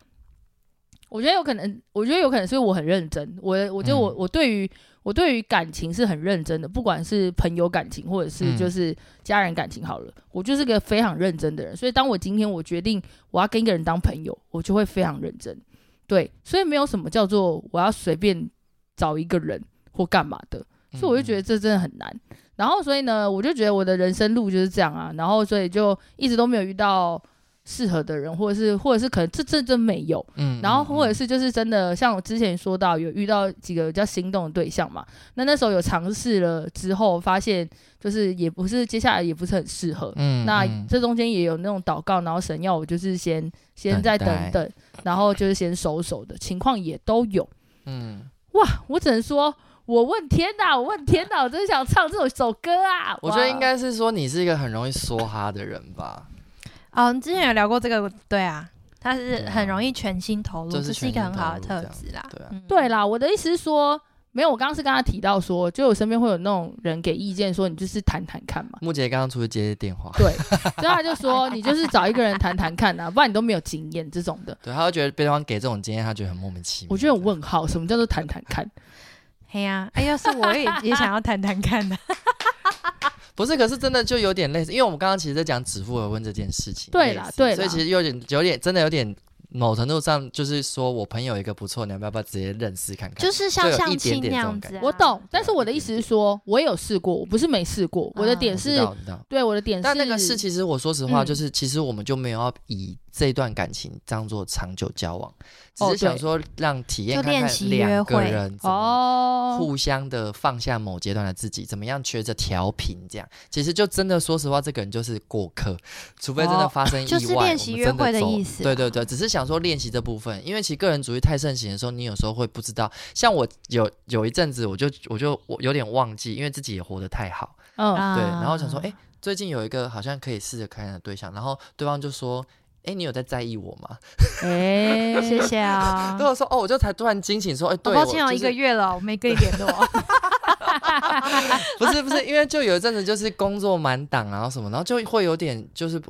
Speaker 2: 我觉得有可能，我觉得有可能是我很认真。我的我觉得我、
Speaker 3: 嗯
Speaker 2: 我对于我对于感情是很认真的，不管是朋友感情或者是
Speaker 3: 嗯
Speaker 2: 就是家人感情好了，我就是个非常认真的人。所以当我今天我决定我要跟一个人当朋友，我就会非常认真。对，所以没有什么叫做我要随便找一个人或干嘛的。
Speaker 3: 嗯
Speaker 2: 所以我就觉得这真的很难。然后所以呢，我就觉得我的人生路就是这样啊，然后所以就一直都没有遇到适合的人，或者是或者是可能这这真没有，
Speaker 3: 嗯，
Speaker 2: 然后或者
Speaker 3: 是
Speaker 2: 是就是真的像我之前说到有遇到几个比较心动的对象嘛，那那时候有尝试了之后，发现就是也不是接下来也不是很适合，
Speaker 3: 嗯
Speaker 2: 那
Speaker 3: 嗯
Speaker 2: 这中间也有那种祷告，然后神要我就是先先
Speaker 3: 等
Speaker 2: 再等
Speaker 3: 待
Speaker 2: 等，然后就是先收手的情况也都有。
Speaker 3: 嗯，
Speaker 2: 哇，我只能说，我问天呐，我问天呐，我真的想唱这首首歌啊！
Speaker 3: 我觉得
Speaker 2: 哇
Speaker 3: 应，该是说你是一个很容易梭哈的人吧，
Speaker 1: 哦，你之前有聊过这个，对啊，他
Speaker 3: 对
Speaker 1: 是
Speaker 3: 啊
Speaker 1: 很容易全心投入，
Speaker 3: 就是
Speaker 1: 这是一个
Speaker 3: 全心
Speaker 1: 很好的
Speaker 3: 投入
Speaker 1: 特质啦。
Speaker 3: 这样对啊。
Speaker 1: 嗯
Speaker 2: 对啦，我的意思是说，没有，我刚刚是跟他提到说，就我身边会有那种人给意见说，你就是谈谈看嘛
Speaker 3: 木姐刚刚出去接电话，
Speaker 2: 对，所以他就说你就是找一个人谈谈看啊，不然你都没有经验这种的。
Speaker 3: 对，他会觉得对方给这种经验，他觉得很莫名其妙。
Speaker 2: 我觉得有问号，什么叫做谈谈看？
Speaker 1: 嘿呀、哎，要是我也 也想要谈谈看啊呢、
Speaker 3: 不是，可是真的就有点类似，因为我们刚刚其实在讲指腹为婚这件事情，
Speaker 2: 对啦
Speaker 3: 类似
Speaker 2: 对啦
Speaker 3: 所以其实有点有点真的有点某程度上就是说我朋友有一个不错，你要不要不要直接认识看看？
Speaker 1: 就是像
Speaker 3: 就有
Speaker 1: 相
Speaker 3: 一点
Speaker 1: 亲那
Speaker 3: 点这
Speaker 1: 样
Speaker 3: 种
Speaker 1: 子、
Speaker 3: 感
Speaker 1: 啊。
Speaker 2: 我懂，但是我的意思是说，我也有试过，我不是没试过。我的
Speaker 1: 嗯
Speaker 2: 点
Speaker 3: 我知
Speaker 2: 是，
Speaker 3: 道我知道
Speaker 2: 对我的点是，
Speaker 3: 但那个事，其实我说实话，
Speaker 2: 嗯
Speaker 3: 就是其实我们就没有要以这段感情当做长久交往，只
Speaker 2: 哦
Speaker 3: 是想
Speaker 2: 对
Speaker 3: 说让体验
Speaker 1: 就
Speaker 3: 看
Speaker 1: 练
Speaker 3: 看
Speaker 1: 习约
Speaker 3: 两个
Speaker 1: 会
Speaker 3: 人怎么
Speaker 2: 哦，
Speaker 3: 互相的放下某阶段的自己，怎么样学着调频，这样其实就真的说实话，这个人就是过客，除非真的
Speaker 2: 哦
Speaker 3: 发生意外，
Speaker 1: 就是练习
Speaker 3: 我们真
Speaker 1: 约会的
Speaker 3: 走
Speaker 1: 意思啊
Speaker 3: 对对对，只是想说练习这部分，因为其实个人主义太盛行的时候，你有时候会不知道。像我有有一阵子我，就我就我有点忘记，因为自己也活得太好，
Speaker 2: 嗯，
Speaker 1: 啊
Speaker 3: 对，然后想说，哎、 最近有一个好像可以试着看的对象，然后对方就说。哎，你有在在意我吗？
Speaker 2: 哎，
Speaker 1: 谢谢啊
Speaker 3: 然。后我说哦，我就才突然惊醒，说哎，
Speaker 1: 我
Speaker 3: 对，
Speaker 1: 抱歉哦，
Speaker 3: 我就
Speaker 1: 一
Speaker 3: 是
Speaker 1: 个月了，我没跟你联络。
Speaker 3: 不是不是，因为就有一阵子就是工作满档，然后什么，然后就会有点就是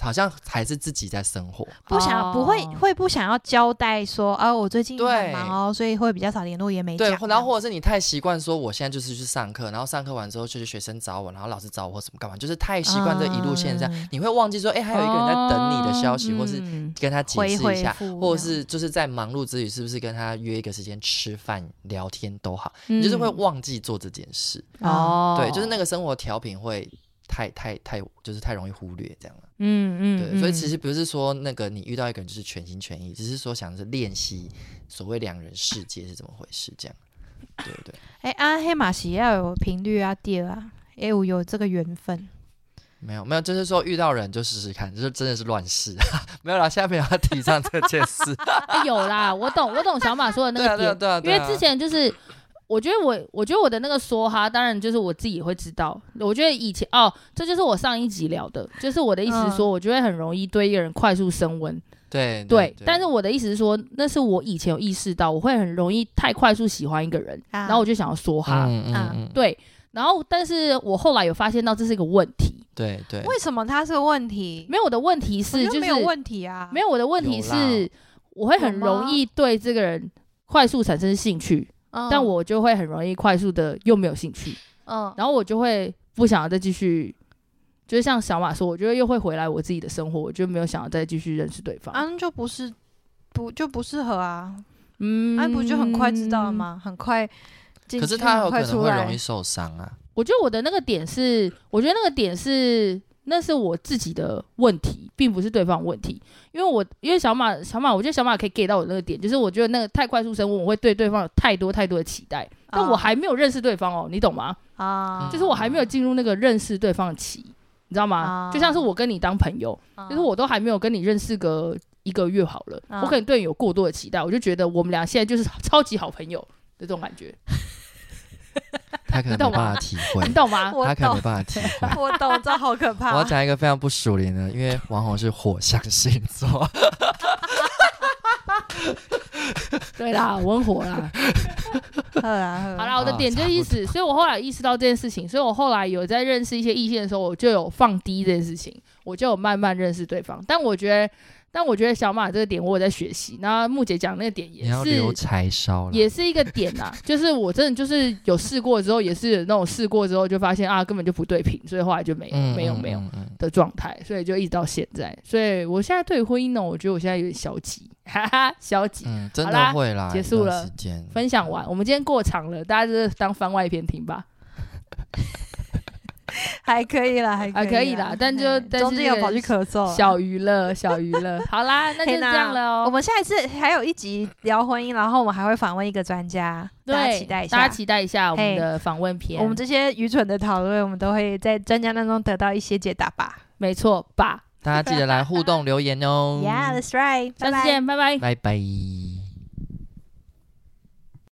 Speaker 3: 好像还是自己在生活。
Speaker 1: 不想不会
Speaker 2: 哦
Speaker 1: 会不想要交代说啊，我最近
Speaker 3: 对
Speaker 1: 很忙哦，所以会比较少联络，也没
Speaker 3: 对
Speaker 1: 讲。，
Speaker 3: 然后或者是你太习惯说我现在就是去上课，然后上课完之后就是学生找我，然后老师找我或什么干嘛，就是太习惯这一路线这样，
Speaker 1: 嗯
Speaker 3: 你会忘记说，哎，还有一个人在等你的消息，
Speaker 1: 哦
Speaker 3: 或是
Speaker 2: 嗯
Speaker 3: 跟他解
Speaker 1: 回
Speaker 3: 释
Speaker 1: 回
Speaker 3: 一下，
Speaker 1: 复
Speaker 3: 或
Speaker 1: 这样
Speaker 3: 是就是在忙碌之余，是不是跟他约一个时间吃饭聊天都好，你就是会忘记做这件事。
Speaker 2: 嗯哦，
Speaker 3: 对，就是那个生活调频会太太太，就是太容易忽略这样。
Speaker 2: 嗯嗯，
Speaker 3: 对，所以其
Speaker 2: 嗯
Speaker 3: 实不是说那个你遇到一个人就是全心全意，只是说想着练习所谓两人世界是怎么回事这样。对对，
Speaker 1: 哎啊，黑马喜要有频率啊，第二啊，哎，我有这个缘分。
Speaker 3: 没有没有，就是说遇到人就试试看，就是真的是乱试， 没有啦，现在没有要提倡这件事。
Speaker 2: 哎有啦，我懂我懂小马说的
Speaker 3: 对
Speaker 2: 那个
Speaker 3: 啊对啊
Speaker 2: 点，
Speaker 3: 对啊，
Speaker 2: 因
Speaker 3: 对
Speaker 2: 为
Speaker 3: 啊
Speaker 2: 之前就是。我觉得我，我觉得我的那个说哈，当然就是我自己也会知道。我觉得以前哦，这就是我上一集聊的，就是我的意思是说，我觉得很容易对一个人快速升温。
Speaker 3: 嗯对
Speaker 2: 对，但是我的意思是说，那是我以前有意识到，我会很容易太快速喜欢一个人，
Speaker 1: 啊
Speaker 2: 然后我就想要说哈。
Speaker 3: 嗯嗯
Speaker 1: 啊
Speaker 3: 嗯，
Speaker 2: 对，然后但是我后来有发现到这是一个问题，
Speaker 3: 对对，
Speaker 1: 为什么他是个问题？
Speaker 2: 没有我的问题
Speaker 1: 我
Speaker 2: 是
Speaker 1: 觉得
Speaker 2: 就是
Speaker 1: 没有问题啊，
Speaker 2: 没有，我的问题
Speaker 3: 有啦
Speaker 2: 是，我会很容易对这个人快速产生兴趣，
Speaker 1: 嗯，
Speaker 2: 但我就会很容易快速的又没有兴趣，
Speaker 1: 嗯
Speaker 2: 然后我就会不想要再继续，就是像小马说，我觉得又会回来我自己的生活，我就没有想要再继续认识对方。
Speaker 1: 啊那就不是不就不适合啊，
Speaker 2: 嗯
Speaker 1: 那不就很快知道了？吗？很快进去，
Speaker 3: 可是他
Speaker 2: 嗯
Speaker 1: 很
Speaker 3: 有可
Speaker 1: 快
Speaker 3: 能
Speaker 1: 出
Speaker 3: 会
Speaker 1: 来
Speaker 3: 容易受伤啊。
Speaker 2: 我觉得我的那个点是，我觉得那个点是，那是我自己的问题，并不是对方的问题。因为我因为小马小马，我觉得小马可以 get 到我那个点，就是我觉得那个太快速升温，我会对对方有太多太多的期待，但
Speaker 1: 哦
Speaker 2: 我还没有认识对方哦，你懂吗？
Speaker 3: 嗯
Speaker 1: 啊，
Speaker 2: 就是我还没有进入那个认识对方的期，你知道吗？
Speaker 1: 啊
Speaker 2: 就像是我跟你当朋友，
Speaker 1: 啊
Speaker 2: 就是我都还没有跟你认识个一个月好了，
Speaker 1: 啊
Speaker 2: 我可能对你有过多的期待，我就觉得我们俩现在就是超级好朋友的这种感觉，
Speaker 3: 他可能
Speaker 2: 你 懂
Speaker 3: 没办
Speaker 2: 吗
Speaker 3: 法体会
Speaker 2: 你，懂吗？
Speaker 1: 我
Speaker 3: 他可能
Speaker 1: 懂
Speaker 3: 没，办法体 会。
Speaker 1: 我懂，这好可怕
Speaker 3: 我要讲一个非常不熟练的，因为王红是火象星座，
Speaker 2: 对啦，我很火啦。
Speaker 1: 好啦
Speaker 2: 好啦，我的
Speaker 3: 啊
Speaker 2: 点
Speaker 3: 差
Speaker 2: 就
Speaker 3: 不
Speaker 2: 意思，所以我后来意识到这件事情，所以我后来有在认识一些异性的时候，我就有放低这件事情，我就有慢慢认识对方。但我觉得，但我觉得小马这个点我有在学习，那木姐讲那个点也
Speaker 3: 你要留
Speaker 2: 是。
Speaker 3: 柴烧了。
Speaker 2: 也是一个点 呐、就是我真的就是有试过之后，也是有那种试过之后就发现啊，根本就不对频，所以后来就没有、
Speaker 3: 嗯
Speaker 2: 没有
Speaker 3: 嗯
Speaker 2: 没有
Speaker 3: 嗯嗯
Speaker 2: 的状态，所以就一直到现在。所以我现在对于婚姻呢，我觉得我现在有点消极， 哈哈，消极。
Speaker 3: 嗯，真
Speaker 2: 好
Speaker 3: 的
Speaker 2: 啦
Speaker 3: 会啦，
Speaker 2: 结
Speaker 3: 一
Speaker 2: 束
Speaker 3: 段
Speaker 2: 了
Speaker 3: 时间
Speaker 2: 分享完，我们今天过场了，大家就是当番外篇听吧。
Speaker 1: 还可以啦，还
Speaker 2: 还可以啦但就
Speaker 1: 嘿
Speaker 2: 但
Speaker 1: 中
Speaker 2: 是
Speaker 1: 间
Speaker 2: 这
Speaker 1: 有
Speaker 2: 个
Speaker 1: 跑去咳嗽啊。
Speaker 2: 小娱乐，小娱乐。好啦，那 就
Speaker 1: 嘿
Speaker 2: 是这样了
Speaker 1: 我
Speaker 2: 哦。
Speaker 1: 们下一次还有一集聊婚姻，然后我们还会访问一个专家，大家
Speaker 2: 对，
Speaker 1: 期待一
Speaker 2: 大
Speaker 1: 下
Speaker 2: 家。期待一下我
Speaker 1: 嘿
Speaker 2: 们的访问片。
Speaker 1: 我们这些愚蠢的讨论，我们都会在专家当中得到一些解答吧。
Speaker 2: 没错吧？
Speaker 3: 大家记得来互动留言哦。
Speaker 1: Yeah, that's right. 拜
Speaker 2: 下次
Speaker 1: 拜。
Speaker 2: 见，拜拜。
Speaker 3: 拜拜。